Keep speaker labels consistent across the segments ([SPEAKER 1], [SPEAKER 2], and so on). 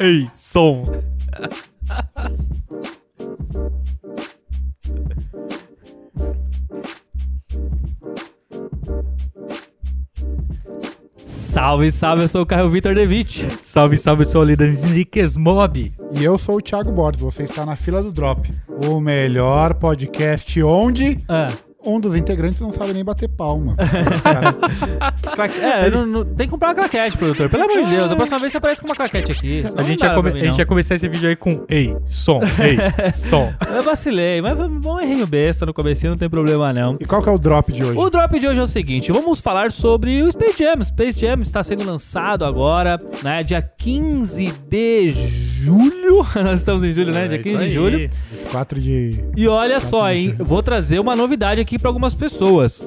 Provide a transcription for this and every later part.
[SPEAKER 1] Ei, som. Salve, salve, eu sou o Caio Vitor Devitch.
[SPEAKER 2] Salve, salve, eu sou o líder Snickers Mob.
[SPEAKER 3] E eu sou o Thiago Borges, você está na fila do Drop, o melhor podcast onde
[SPEAKER 1] Ah,
[SPEAKER 3] um dos integrantes não sabe nem bater palma. Cara,
[SPEAKER 1] craque- é, não, não- tem que comprar uma claquete, produtor. Pelo amor de Deus, a próxima vez você aparece com uma claquete aqui.
[SPEAKER 2] A gente, ia come- a gente ia começar esse vídeo aí com Ei, som, ei, som.
[SPEAKER 1] Eu vacilei, mas foi um bom errinho besta no comecinho, não tem problema não.
[SPEAKER 3] e qual que é o drop de hoje?
[SPEAKER 1] O drop de hoje é o seguinte, vamos falar sobre o Space Jam. Space Jam está sendo lançado agora, né, dia 15 de julho. Nós estamos em julho, né?
[SPEAKER 2] É
[SPEAKER 1] Dia 15 de julho.
[SPEAKER 3] 4 de.
[SPEAKER 1] E olha só, hein, eu vou trazer uma novidade aqui para algumas pessoas.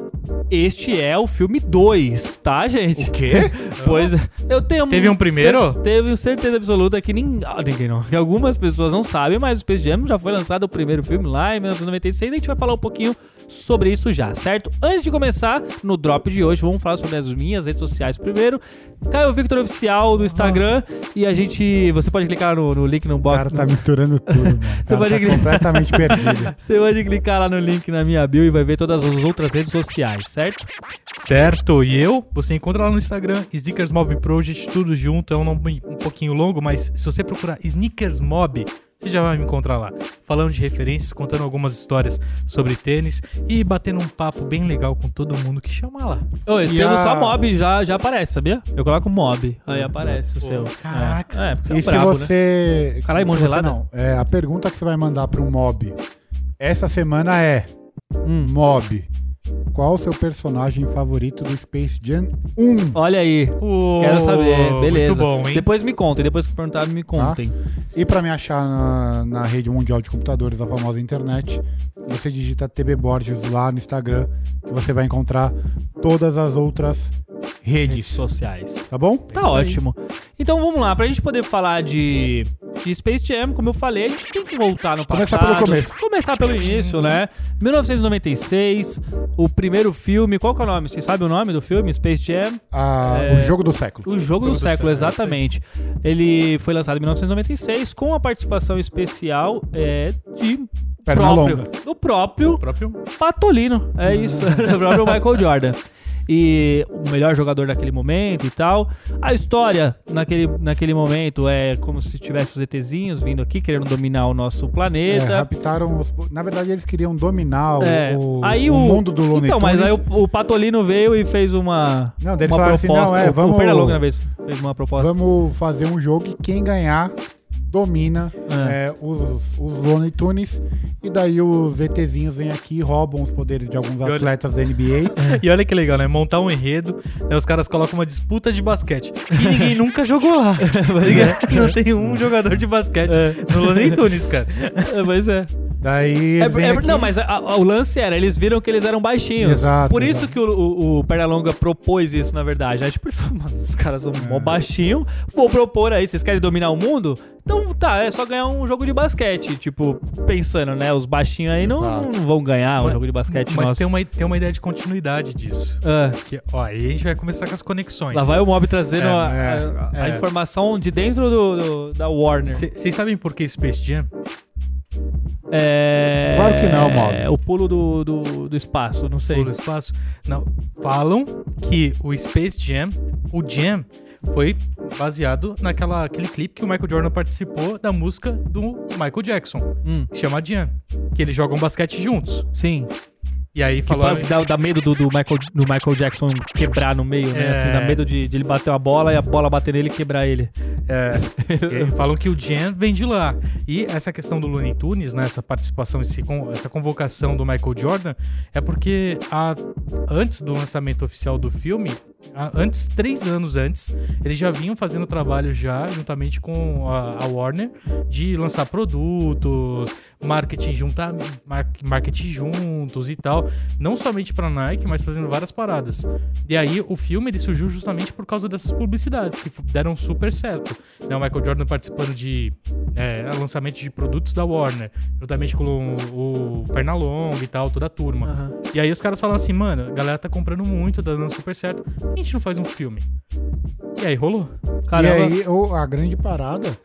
[SPEAKER 1] Este é o filme 2, tá, gente?
[SPEAKER 2] quê?
[SPEAKER 1] Pois é, eu tenho
[SPEAKER 2] Teve um primeiro?
[SPEAKER 1] cer- Teve certeza absoluta que ninguém, ah, ninguém não, que algumas pessoas não sabem, mas o Space Jam já foi lançado o primeiro filme lá em 1996, a gente vai falar um pouquinho sobre isso já, certo? Antes de começar no drop de hoje, vamos falar sobre as minhas redes sociais primeiro. Caio Victor oficial no Instagram
[SPEAKER 2] Ah.
[SPEAKER 1] e a gente, você pode clicar no, no link no
[SPEAKER 3] O
[SPEAKER 1] box.
[SPEAKER 3] cara
[SPEAKER 1] no-
[SPEAKER 3] tá misturando tudo, mano. O cara
[SPEAKER 1] pode
[SPEAKER 3] tá
[SPEAKER 1] crer.
[SPEAKER 3] completamente perdido.
[SPEAKER 1] Você pode clicar lá no link na minha bio e vai ver todas as outras redes sociais, certo?
[SPEAKER 2] Certo, e eu? Você encontra lá no Instagram, Snickers Mob Project, tudo junto. É um nome um pouquinho longo, mas se você procurar Snickers Mob, você já vai me encontrar lá. Falando de referências, contando algumas histórias sobre tênis e batendo um papo bem legal com todo mundo que chama lá.
[SPEAKER 1] Ô, esse
[SPEAKER 3] E
[SPEAKER 1] tempo
[SPEAKER 3] a-
[SPEAKER 1] só mob já, já aparece, sabia? Eu coloco mob, aí aparece o seu.
[SPEAKER 2] caraca.
[SPEAKER 1] É, é porque você é
[SPEAKER 3] e
[SPEAKER 1] um
[SPEAKER 3] se
[SPEAKER 1] brabo, né?
[SPEAKER 3] você.
[SPEAKER 1] Caralho,
[SPEAKER 3] se
[SPEAKER 1] mão
[SPEAKER 3] você
[SPEAKER 1] gelada?
[SPEAKER 3] Não, é, a pergunta que você vai mandar para um mob essa semana é:
[SPEAKER 1] Hum.
[SPEAKER 3] Mob, qual o seu personagem favorito do Space Jam 1?
[SPEAKER 1] Olha aí.
[SPEAKER 2] Ô,
[SPEAKER 1] Quero saber, beleza.
[SPEAKER 2] Muito bom, hein?
[SPEAKER 1] Depois me contem, depois que perguntar, me contem.
[SPEAKER 3] E pra me achar na, na rede mundial de computadores, a famosa internet, você digita TB Borges lá no Instagram, que você vai encontrar todas as outras
[SPEAKER 1] Redes
[SPEAKER 3] redes,
[SPEAKER 1] sociais.
[SPEAKER 3] tá bom?
[SPEAKER 1] Tá ótimo. Então vamos lá, pra gente poder falar de, de Space Jam, como eu falei, a gente tem que voltar no
[SPEAKER 3] Começar
[SPEAKER 1] passado.
[SPEAKER 3] pelo começo.
[SPEAKER 1] Começar pelo início, né? 1996, o primeiro filme, qual que é o nome? Vocês sabem o nome do filme? Space Jam?
[SPEAKER 3] Ah,
[SPEAKER 1] É.
[SPEAKER 3] O jogo do século.
[SPEAKER 1] O jogo do,
[SPEAKER 2] do
[SPEAKER 1] século,
[SPEAKER 2] século,
[SPEAKER 1] exatamente. Ele foi lançado em 1996 com a participação especial é, de
[SPEAKER 3] Pernalonga.
[SPEAKER 1] próprio, do próprio
[SPEAKER 2] O próprio
[SPEAKER 1] Patolino. É isso, o próprio Michael Jordan. E o melhor jogador daquele momento e tal. A história naquele, naquele momento é como se tivesse os ETzinhos vindo aqui querendo dominar o nosso
[SPEAKER 3] É,
[SPEAKER 1] planeta.
[SPEAKER 3] raptaram os. Na verdade, eles queriam dominar o,
[SPEAKER 1] É,
[SPEAKER 3] o-
[SPEAKER 1] aí
[SPEAKER 3] o
[SPEAKER 1] o,
[SPEAKER 3] mundo do Looney
[SPEAKER 1] Então, mas
[SPEAKER 3] Tunes.
[SPEAKER 1] aí o, o Patolino veio e fez uma,
[SPEAKER 3] Não, daí eles
[SPEAKER 1] uma
[SPEAKER 3] falaram assim,
[SPEAKER 1] proposta.
[SPEAKER 3] não, é,
[SPEAKER 1] o-
[SPEAKER 3] vamos-
[SPEAKER 1] O Pernalonga na vez fez uma proposta.
[SPEAKER 3] Vamos fazer um jogo e quem ganhar domina
[SPEAKER 1] É.
[SPEAKER 3] é, os, os Looney Tunes. E daí os ETzinhos vêm aqui e roubam os poderes de alguns
[SPEAKER 2] olha-
[SPEAKER 3] atletas da NBA.
[SPEAKER 2] E olha que legal, né? Montar um enredo, né? os caras colocam uma disputa de basquete. E ninguém nunca jogou lá. Ninguém- Não tem um jogador de basquete
[SPEAKER 1] É.
[SPEAKER 2] no Looney Tunes, cara.
[SPEAKER 1] É, Pois é.
[SPEAKER 3] Daí.
[SPEAKER 1] É,
[SPEAKER 3] eles vêm
[SPEAKER 1] é,
[SPEAKER 3] aqui-
[SPEAKER 1] não, mas a- a- o lance era, eles viram que eles eram baixinhos.
[SPEAKER 3] Exato,
[SPEAKER 1] Por isso
[SPEAKER 3] exato.
[SPEAKER 1] que o, o, o Pernalonga propôs isso, na verdade. Aí, tipo, ele falou, mano, os caras são mó baixinho. Vou propor aí, vocês querem dominar o mundo? Então tá, é só ganhar um jogo de basquete. Tipo, pensando, né? Os baixinhos aí não,
[SPEAKER 3] Exato.
[SPEAKER 1] não vão ganhar um
[SPEAKER 2] Mas-
[SPEAKER 1] jogo de basquete
[SPEAKER 2] Mas
[SPEAKER 1] nosso.
[SPEAKER 2] tem um- uma, tem uma ideia de continuidade disso.
[SPEAKER 1] Ah,
[SPEAKER 2] Que, ó, aí a gente vai começar com as conexões.
[SPEAKER 1] lá vai o Mob trazendo
[SPEAKER 2] É,
[SPEAKER 1] a, a- a
[SPEAKER 2] é.
[SPEAKER 1] informação de dentro do, do- da Warner.
[SPEAKER 2] Cê- Vocês sabem por que Space Jam?
[SPEAKER 1] É,
[SPEAKER 3] Claro que não, Mob.
[SPEAKER 1] É, o pulo do, do, do espaço, não sei.
[SPEAKER 2] Pelo espaço? Não. Falam que o Space Jam, o Jam, foi baseado naquela aquele clipe que o Michael Jordan participou da música do Michael Jackson,
[SPEAKER 1] Hum,
[SPEAKER 2] que chama Jam. Que eles jogam basquete juntos.
[SPEAKER 1] sim.
[SPEAKER 2] E aí
[SPEAKER 1] Que
[SPEAKER 2] falaram.
[SPEAKER 1] dá, dá medo do, do Michael, do Michael Jackson quebrar no meio, né?
[SPEAKER 2] É.
[SPEAKER 1] Assim, dá medo de, de ele bater uma bola e a bola bater nele e quebrar ele.
[SPEAKER 2] É, e falam que o Jen vem de lá. E essa questão do Looney Tunes, né, essa participação, esse con- essa convocação do Michael Jordan, é porque a- antes do lançamento oficial do filme, a- antes, três anos antes, eles já vinham fazendo trabalho já, juntamente com a, a Warner, de lançar produtos, marketing, junta, mar- marketing juntos e tal. Não somente pra Nike, mas fazendo várias paradas. E aí o filme ele surgiu justamente por causa dessas publicidades que f- deram super certo né, o Michael Jordan participando de é, lançamento de produtos da Warner, juntamente com o, o Pernalonga e tal, toda a turma.
[SPEAKER 1] Aham.
[SPEAKER 2] E aí os caras falaram assim, mano, a galera tá comprando muito, tá dando super certo, por que a gente não faz um filme? E aí rolou.
[SPEAKER 1] Caramba.
[SPEAKER 3] E aí, o- a grande parada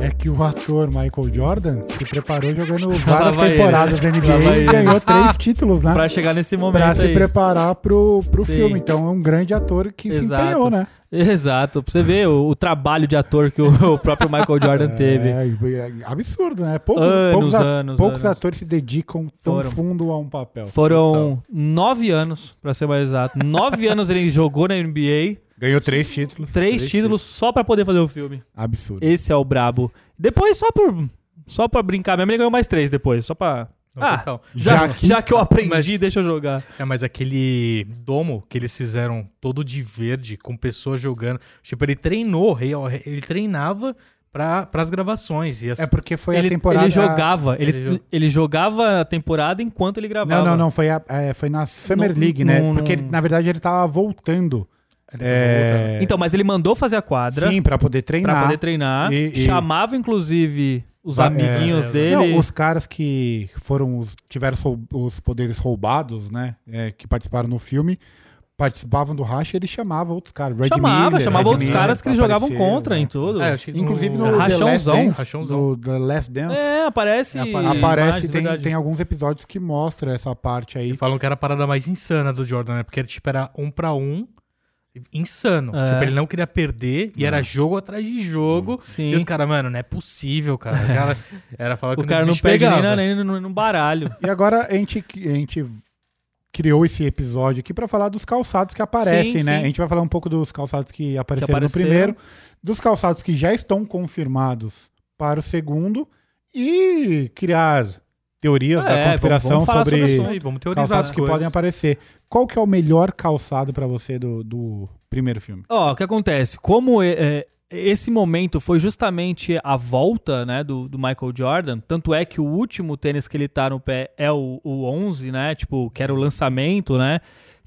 [SPEAKER 3] é que o ator Michael Jordan se preparou jogando várias
[SPEAKER 1] vai ele.
[SPEAKER 3] temporadas da
[SPEAKER 1] Lá vai
[SPEAKER 3] NBA e
[SPEAKER 1] ele. Ah,
[SPEAKER 3] ganhou três títulos, né?
[SPEAKER 1] Pra chegar nesse momento
[SPEAKER 3] pra se
[SPEAKER 1] aí.
[SPEAKER 3] preparar pro, pro
[SPEAKER 1] Sim.
[SPEAKER 3] filme. Então é um grande ator que se
[SPEAKER 1] Exato.
[SPEAKER 3] empenhou, né?
[SPEAKER 1] Exato, pra você ver o, o trabalho de ator que o, o próprio Michael Jordan teve.
[SPEAKER 3] É, é absurdo, né? Poucos,
[SPEAKER 1] Anos,
[SPEAKER 3] poucos, a-
[SPEAKER 1] anos,
[SPEAKER 3] poucos
[SPEAKER 1] anos.
[SPEAKER 3] atores se dedicam tão
[SPEAKER 1] Foram.
[SPEAKER 3] fundo a um papel.
[SPEAKER 1] Foram nove anos, pra ser mais exato. Nove anos ele jogou na NBA,
[SPEAKER 3] Ganhou três títulos.
[SPEAKER 1] três títulos só pra poder fazer o filme.
[SPEAKER 3] Absurdo.
[SPEAKER 1] Esse é o brabo. Depois, só por. Só pra brincar mesmo, ele ganhou mais três depois. Só pra.
[SPEAKER 2] Não,
[SPEAKER 1] Ah,
[SPEAKER 2] total.
[SPEAKER 1] já,
[SPEAKER 3] Já que-
[SPEAKER 1] já que eu aprendi,
[SPEAKER 2] Mas-
[SPEAKER 1] deixa eu jogar.
[SPEAKER 2] É, mas aquele domo que eles fizeram todo de verde, com pessoas jogando. Tipo, ele treinou, ele, ele treinava pra, pras gravações. E as-
[SPEAKER 3] É porque foi
[SPEAKER 1] ele,
[SPEAKER 3] a temporada.
[SPEAKER 1] ele jogava, ele,
[SPEAKER 2] Ele jo-
[SPEAKER 1] ele jogava a temporada enquanto ele
[SPEAKER 3] Não,
[SPEAKER 1] gravava.
[SPEAKER 3] não, não. Foi, a- é, foi na Summer
[SPEAKER 1] Não,
[SPEAKER 3] League, né?
[SPEAKER 1] não,
[SPEAKER 3] porque,
[SPEAKER 1] não.
[SPEAKER 3] na verdade, ele tava voltando.
[SPEAKER 2] Ele
[SPEAKER 3] É,
[SPEAKER 1] Então, mas ele mandou fazer a quadra
[SPEAKER 3] Sim, pra poder treinar.
[SPEAKER 1] pra poder treinar.
[SPEAKER 3] E- e-
[SPEAKER 1] Chamava, inclusive, os
[SPEAKER 3] Ah, é,
[SPEAKER 1] amiguinhos
[SPEAKER 2] é.
[SPEAKER 1] dele.
[SPEAKER 3] Não, os caras que foram os- tiveram os rou- os poderes roubados, né? é, que participaram no filme, participavam do racha, eles chamavam outros caras. Red
[SPEAKER 1] chamava,
[SPEAKER 3] Miller,
[SPEAKER 1] chamava
[SPEAKER 3] Red
[SPEAKER 1] outros
[SPEAKER 3] Miller,
[SPEAKER 1] caras que eles jogavam
[SPEAKER 3] apareceram,
[SPEAKER 1] contra
[SPEAKER 3] né?
[SPEAKER 1] em tudo.
[SPEAKER 2] É,
[SPEAKER 1] É,
[SPEAKER 2] acho que
[SPEAKER 3] Inclusive no,
[SPEAKER 1] no-
[SPEAKER 3] The Last
[SPEAKER 1] Rachãozão.
[SPEAKER 3] Dance,
[SPEAKER 2] Rachãozão.
[SPEAKER 3] no The Last Dance,
[SPEAKER 1] É, aparece.
[SPEAKER 2] É, Aparece,
[SPEAKER 3] aparece,
[SPEAKER 1] imagens,
[SPEAKER 3] tem,
[SPEAKER 1] verdade.
[SPEAKER 3] tem alguns episódios que mostram essa parte aí.
[SPEAKER 2] Falam que era a parada mais insana do Jordan, né? Porque era, tipo, era um pra um, insano.
[SPEAKER 1] É.
[SPEAKER 2] Tipo, ele não queria perder e era jogo atrás de jogo.
[SPEAKER 1] Sim.
[SPEAKER 2] E os caras, mano, não é possível, cara. O cara era falar que
[SPEAKER 1] O cara não
[SPEAKER 2] bicho
[SPEAKER 1] perde nem,
[SPEAKER 2] pegava. né?
[SPEAKER 1] na, nem no, no baralho.
[SPEAKER 3] E agora a gente, a gente criou esse episódio aqui pra falar dos calçados que aparecem,
[SPEAKER 1] Sim,
[SPEAKER 3] né?
[SPEAKER 1] sim.
[SPEAKER 3] A gente vai falar um pouco dos calçados que apareceram,
[SPEAKER 1] apareceram.
[SPEAKER 3] no primeiro, dos calçados que já estão confirmados para o segundo e criar teorias
[SPEAKER 1] É,
[SPEAKER 3] da
[SPEAKER 1] vamos-
[SPEAKER 3] conspiração
[SPEAKER 1] vamos falar sobre
[SPEAKER 3] sobre,
[SPEAKER 2] Isso aí, vamos teorizar
[SPEAKER 3] calçados
[SPEAKER 2] as
[SPEAKER 3] que
[SPEAKER 2] coisas.
[SPEAKER 3] podem aparecer. Qual que é o melhor calçado pra você do, do primeiro filme?
[SPEAKER 1] Ó, o que acontece? Como é, é, esse momento foi justamente a volta né, do, do Michael Jordan, tanto é que o último tênis que ele tá no pé é o, o 11, né? Tipo, que era o lançamento, né?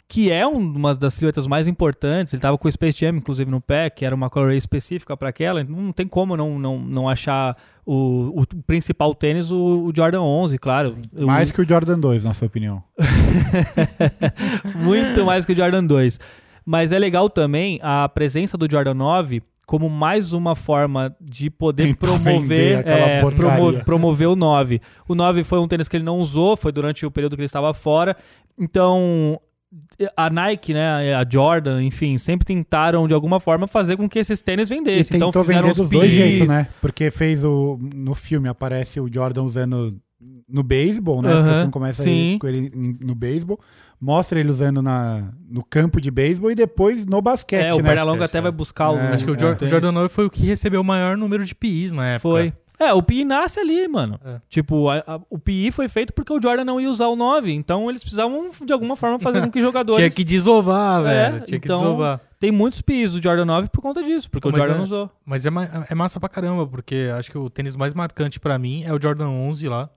[SPEAKER 1] Que é um- uma das silhuetas mais importantes. Ele tava com o Space Jam, inclusive, no pé, que era uma cor específica para aquela. Então, Não tem como não, não, não achar o, o principal tênis, o, o Jordan 11, claro. O-
[SPEAKER 3] Mais que o Jordan 2, na sua opinião.
[SPEAKER 1] Muito mais que o Jordan 2. Mas é legal também a presença do Jordan 9 como mais uma forma de poder
[SPEAKER 3] Tentar vender
[SPEAKER 1] promover,
[SPEAKER 3] aquela
[SPEAKER 1] é,
[SPEAKER 3] porcaria.
[SPEAKER 1] promo- promover o 9. O 9 foi um tênis que ele não usou, foi durante o período que ele estava fora. Então, a Nike, né, a Jordan, enfim, sempre tentaram de alguma forma fazer com que esses tênis
[SPEAKER 3] E
[SPEAKER 1] vendessem.
[SPEAKER 3] tentou
[SPEAKER 1] então fizeram
[SPEAKER 3] vender
[SPEAKER 1] os
[SPEAKER 3] dos dois
[SPEAKER 1] pins.
[SPEAKER 3] jeitos, né? Porque fez o. No filme aparece o Jordan usando no beisebol, né? Porque
[SPEAKER 1] Aham,
[SPEAKER 3] o filme começa
[SPEAKER 1] sim.
[SPEAKER 3] ele- com ele em- no beisebol. Mostra ele usando na, no campo de beisebol e depois no basquete,
[SPEAKER 1] É, o
[SPEAKER 3] né?
[SPEAKER 1] Pernalonga até vai buscar o.
[SPEAKER 3] É,
[SPEAKER 2] Acho que o
[SPEAKER 3] É,
[SPEAKER 2] Jor-
[SPEAKER 1] tênis.
[SPEAKER 2] Jordan 9 foi o que recebeu o maior número de PIs na época.
[SPEAKER 1] Foi. É, o PI nasce ali, mano.
[SPEAKER 2] É.
[SPEAKER 1] Tipo, a- a- o PI foi feito porque o Jordan não ia usar o 9. Então eles precisavam, de alguma forma, fazer com que jogadores.
[SPEAKER 2] Tinha que desovar,
[SPEAKER 1] É,
[SPEAKER 2] velho. Tinha que
[SPEAKER 1] então-
[SPEAKER 2] desovar.
[SPEAKER 1] Tem muitos PIs do Jordan 9 por conta disso, porque o
[SPEAKER 2] Mas
[SPEAKER 1] Jordan
[SPEAKER 2] é-
[SPEAKER 1] não usou.
[SPEAKER 2] Mas é, ma- é massa pra caramba, porque acho que o tênis mais marcante pra mim é o Jordan 11 lá.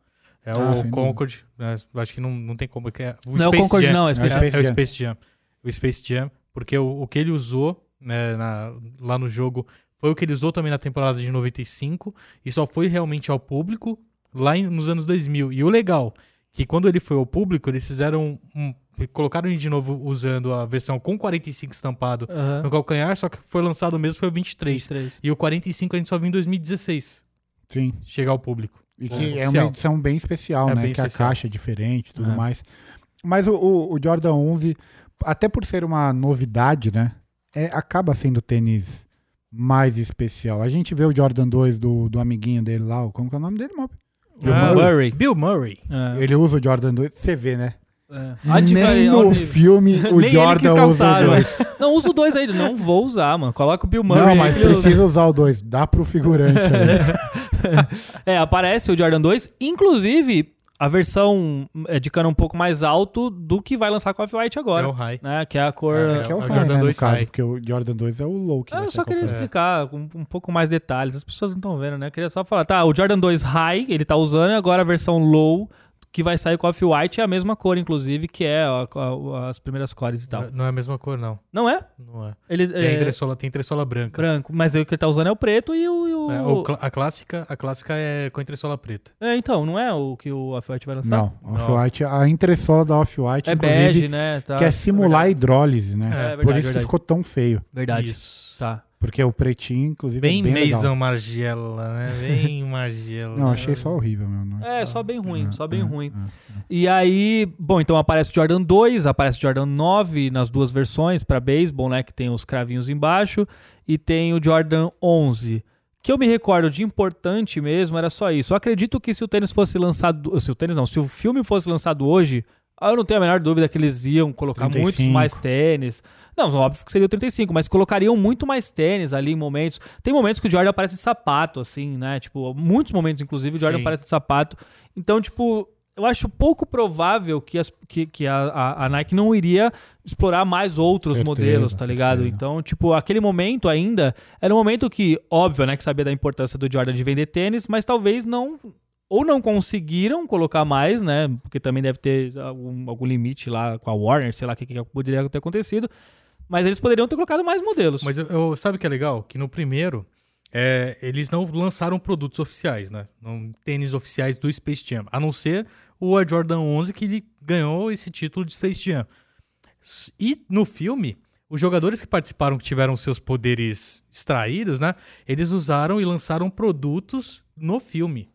[SPEAKER 2] É
[SPEAKER 3] Ah,
[SPEAKER 2] o
[SPEAKER 3] sem
[SPEAKER 2] Concord. né? Acho que não, não tem como. Que é o
[SPEAKER 1] não é o
[SPEAKER 2] Space
[SPEAKER 1] Concorde,
[SPEAKER 2] Jam.
[SPEAKER 1] não, é
[SPEAKER 3] É o
[SPEAKER 1] Space
[SPEAKER 2] É,
[SPEAKER 3] Space
[SPEAKER 2] é o
[SPEAKER 3] Jam.
[SPEAKER 2] Space Jam. É O Space Jam, porque o, o que ele usou né, na- lá no jogo foi o que ele usou também na temporada de 95 e só foi realmente ao público lá em- nos anos 2000. E o legal, que quando ele foi ao público, eles fizeram um, colocaram ele de novo usando a versão com 45 estampado
[SPEAKER 1] Aham.
[SPEAKER 2] no calcanhar, só que foi lançado mesmo foi o 23.
[SPEAKER 1] 23.
[SPEAKER 2] E o 45 a gente só viu em 2016
[SPEAKER 3] Sim.
[SPEAKER 2] chegar ao público.
[SPEAKER 3] E
[SPEAKER 2] Bom,
[SPEAKER 3] que é uma
[SPEAKER 2] oficial.
[SPEAKER 3] edição bem especial,
[SPEAKER 2] É
[SPEAKER 3] né?
[SPEAKER 2] bem
[SPEAKER 3] que
[SPEAKER 2] especial.
[SPEAKER 3] a caixa é diferente e tudo
[SPEAKER 1] É.
[SPEAKER 3] mais. Mas o, o, o Jordan 11, até por ser uma novidade, né? É, acaba sendo o tênis mais especial. A gente vê o Jordan 2 do, do amiguinho dele lá, o- como que é o nome dele, Mob?
[SPEAKER 1] Bill
[SPEAKER 2] Ah,
[SPEAKER 1] Murray.
[SPEAKER 2] Bill Murray.
[SPEAKER 1] É.
[SPEAKER 3] Ele usa o Jordan 2, você vê, né?
[SPEAKER 1] É. A dica aí,
[SPEAKER 3] Nem
[SPEAKER 1] olha o
[SPEAKER 3] no
[SPEAKER 1] nível.
[SPEAKER 3] filme o
[SPEAKER 1] Nem ele quis
[SPEAKER 3] Jordan usa
[SPEAKER 1] calçar,
[SPEAKER 3] o
[SPEAKER 1] mano.
[SPEAKER 3] 2.
[SPEAKER 1] Não, usa o 2 aí. Não vou usar, mano. Coloca o Bill Murray.
[SPEAKER 3] Não, mas
[SPEAKER 1] aí, eu-
[SPEAKER 3] precisa usar o 2. Dá pro figurante aí.
[SPEAKER 1] É, aparece o Jordan 2, inclusive a versão é, de cano um pouco mais alto do que vai lançar com a Off-White
[SPEAKER 2] É
[SPEAKER 1] agora,
[SPEAKER 2] o High.
[SPEAKER 1] né? Que é a cor...
[SPEAKER 2] É,
[SPEAKER 3] É que é o,
[SPEAKER 2] o
[SPEAKER 3] high,
[SPEAKER 2] Jordan
[SPEAKER 3] né, no
[SPEAKER 2] 2
[SPEAKER 3] caso,
[SPEAKER 2] high.
[SPEAKER 3] porque o Jordan 2 é o low que
[SPEAKER 1] Ah,
[SPEAKER 3] vai
[SPEAKER 1] eu
[SPEAKER 3] ser
[SPEAKER 1] só queria
[SPEAKER 3] calçado.
[SPEAKER 1] explicar com um, pouco mais detalhes. As pessoas não estão vendo, né? Eu queria só falar. Tá, o Jordan 2 High, ele tá usando, e agora a versão low que vai sair com o Off-White é a mesma cor, inclusive, que é a- a- as primeiras cores e tal.
[SPEAKER 2] Não é a mesma cor, não.
[SPEAKER 1] Não é?
[SPEAKER 2] Não é.
[SPEAKER 1] Ele
[SPEAKER 2] Tem,
[SPEAKER 1] é
[SPEAKER 2] entressola, tem entressola branca.
[SPEAKER 1] branco, mas o que ele tá usando é o preto e o... e o-
[SPEAKER 2] É, o cla- a, clássica, a clássica é com entressola preta.
[SPEAKER 1] É, então, não é o que o Off-White vai lançar?
[SPEAKER 3] Não, Off-White, a entressola da Off-White,
[SPEAKER 1] É
[SPEAKER 3] inclusive,
[SPEAKER 1] bege, né? Tá.
[SPEAKER 3] quer simular hidrólise, né?
[SPEAKER 2] É,
[SPEAKER 1] É, verdade,
[SPEAKER 3] Por isso
[SPEAKER 1] verdade.
[SPEAKER 3] que ficou tão feio.
[SPEAKER 1] Verdade.
[SPEAKER 2] Isso.
[SPEAKER 1] Tá.
[SPEAKER 3] Porque o pretinho, inclusive,
[SPEAKER 2] Bem,
[SPEAKER 3] é bem legal.
[SPEAKER 2] Maison Margiela, né? Bem Margiela.
[SPEAKER 3] Não, achei só horrível, né? meu. Não...
[SPEAKER 1] É, só bem ruim, só bem
[SPEAKER 3] é,
[SPEAKER 1] ruim.
[SPEAKER 3] é, é.
[SPEAKER 1] E aí, bom, então aparece o Jordan 2, aparece o Jordan 9 nas duas versões para beisebol, né, que tem os cravinhos embaixo, e tem o Jordan 11. Que eu me recordo de importante mesmo era só isso. Eu acredito que se o tênis fosse lançado, se o tênis não, se o filme fosse lançado hoje, eu não tenho a menor dúvida que eles iam colocar
[SPEAKER 3] 35.
[SPEAKER 1] muitos mais tênis. Não, óbvio que seria o 35, mas colocariam muito mais tênis ali em momentos. Tem momentos que o Jordan aparece de sapato, assim, né? Tipo, muitos momentos, inclusive, o Jordan
[SPEAKER 2] Sim.
[SPEAKER 1] aparece de sapato. Então, tipo, eu acho pouco provável que, as- que- que a, a- a Nike não iria explorar mais outros
[SPEAKER 3] Certeza,
[SPEAKER 1] modelos, tá ligado?
[SPEAKER 3] certeza.
[SPEAKER 1] Então, tipo, aquele momento ainda era um momento que, óbvio, né, que sabia da importância do Jordan de vender tênis, mas talvez não. Ou não conseguiram colocar mais, né? Porque também deve ter algum, algum limite lá com a Warner, sei lá o que, que poderia ter acontecido. Mas eles poderiam ter colocado mais modelos.
[SPEAKER 2] Mas eu, eu- sabe o que é legal? Que no primeiro, é, eles não lançaram produtos oficiais, né? Não, tênis oficiais do Space Jam. A não ser o Air Jordan 11, que ele ganhou esse título de Space Jam. S- E no filme, os jogadores que participaram, que tiveram seus poderes extraídos, né? Eles usaram e lançaram produtos no filme.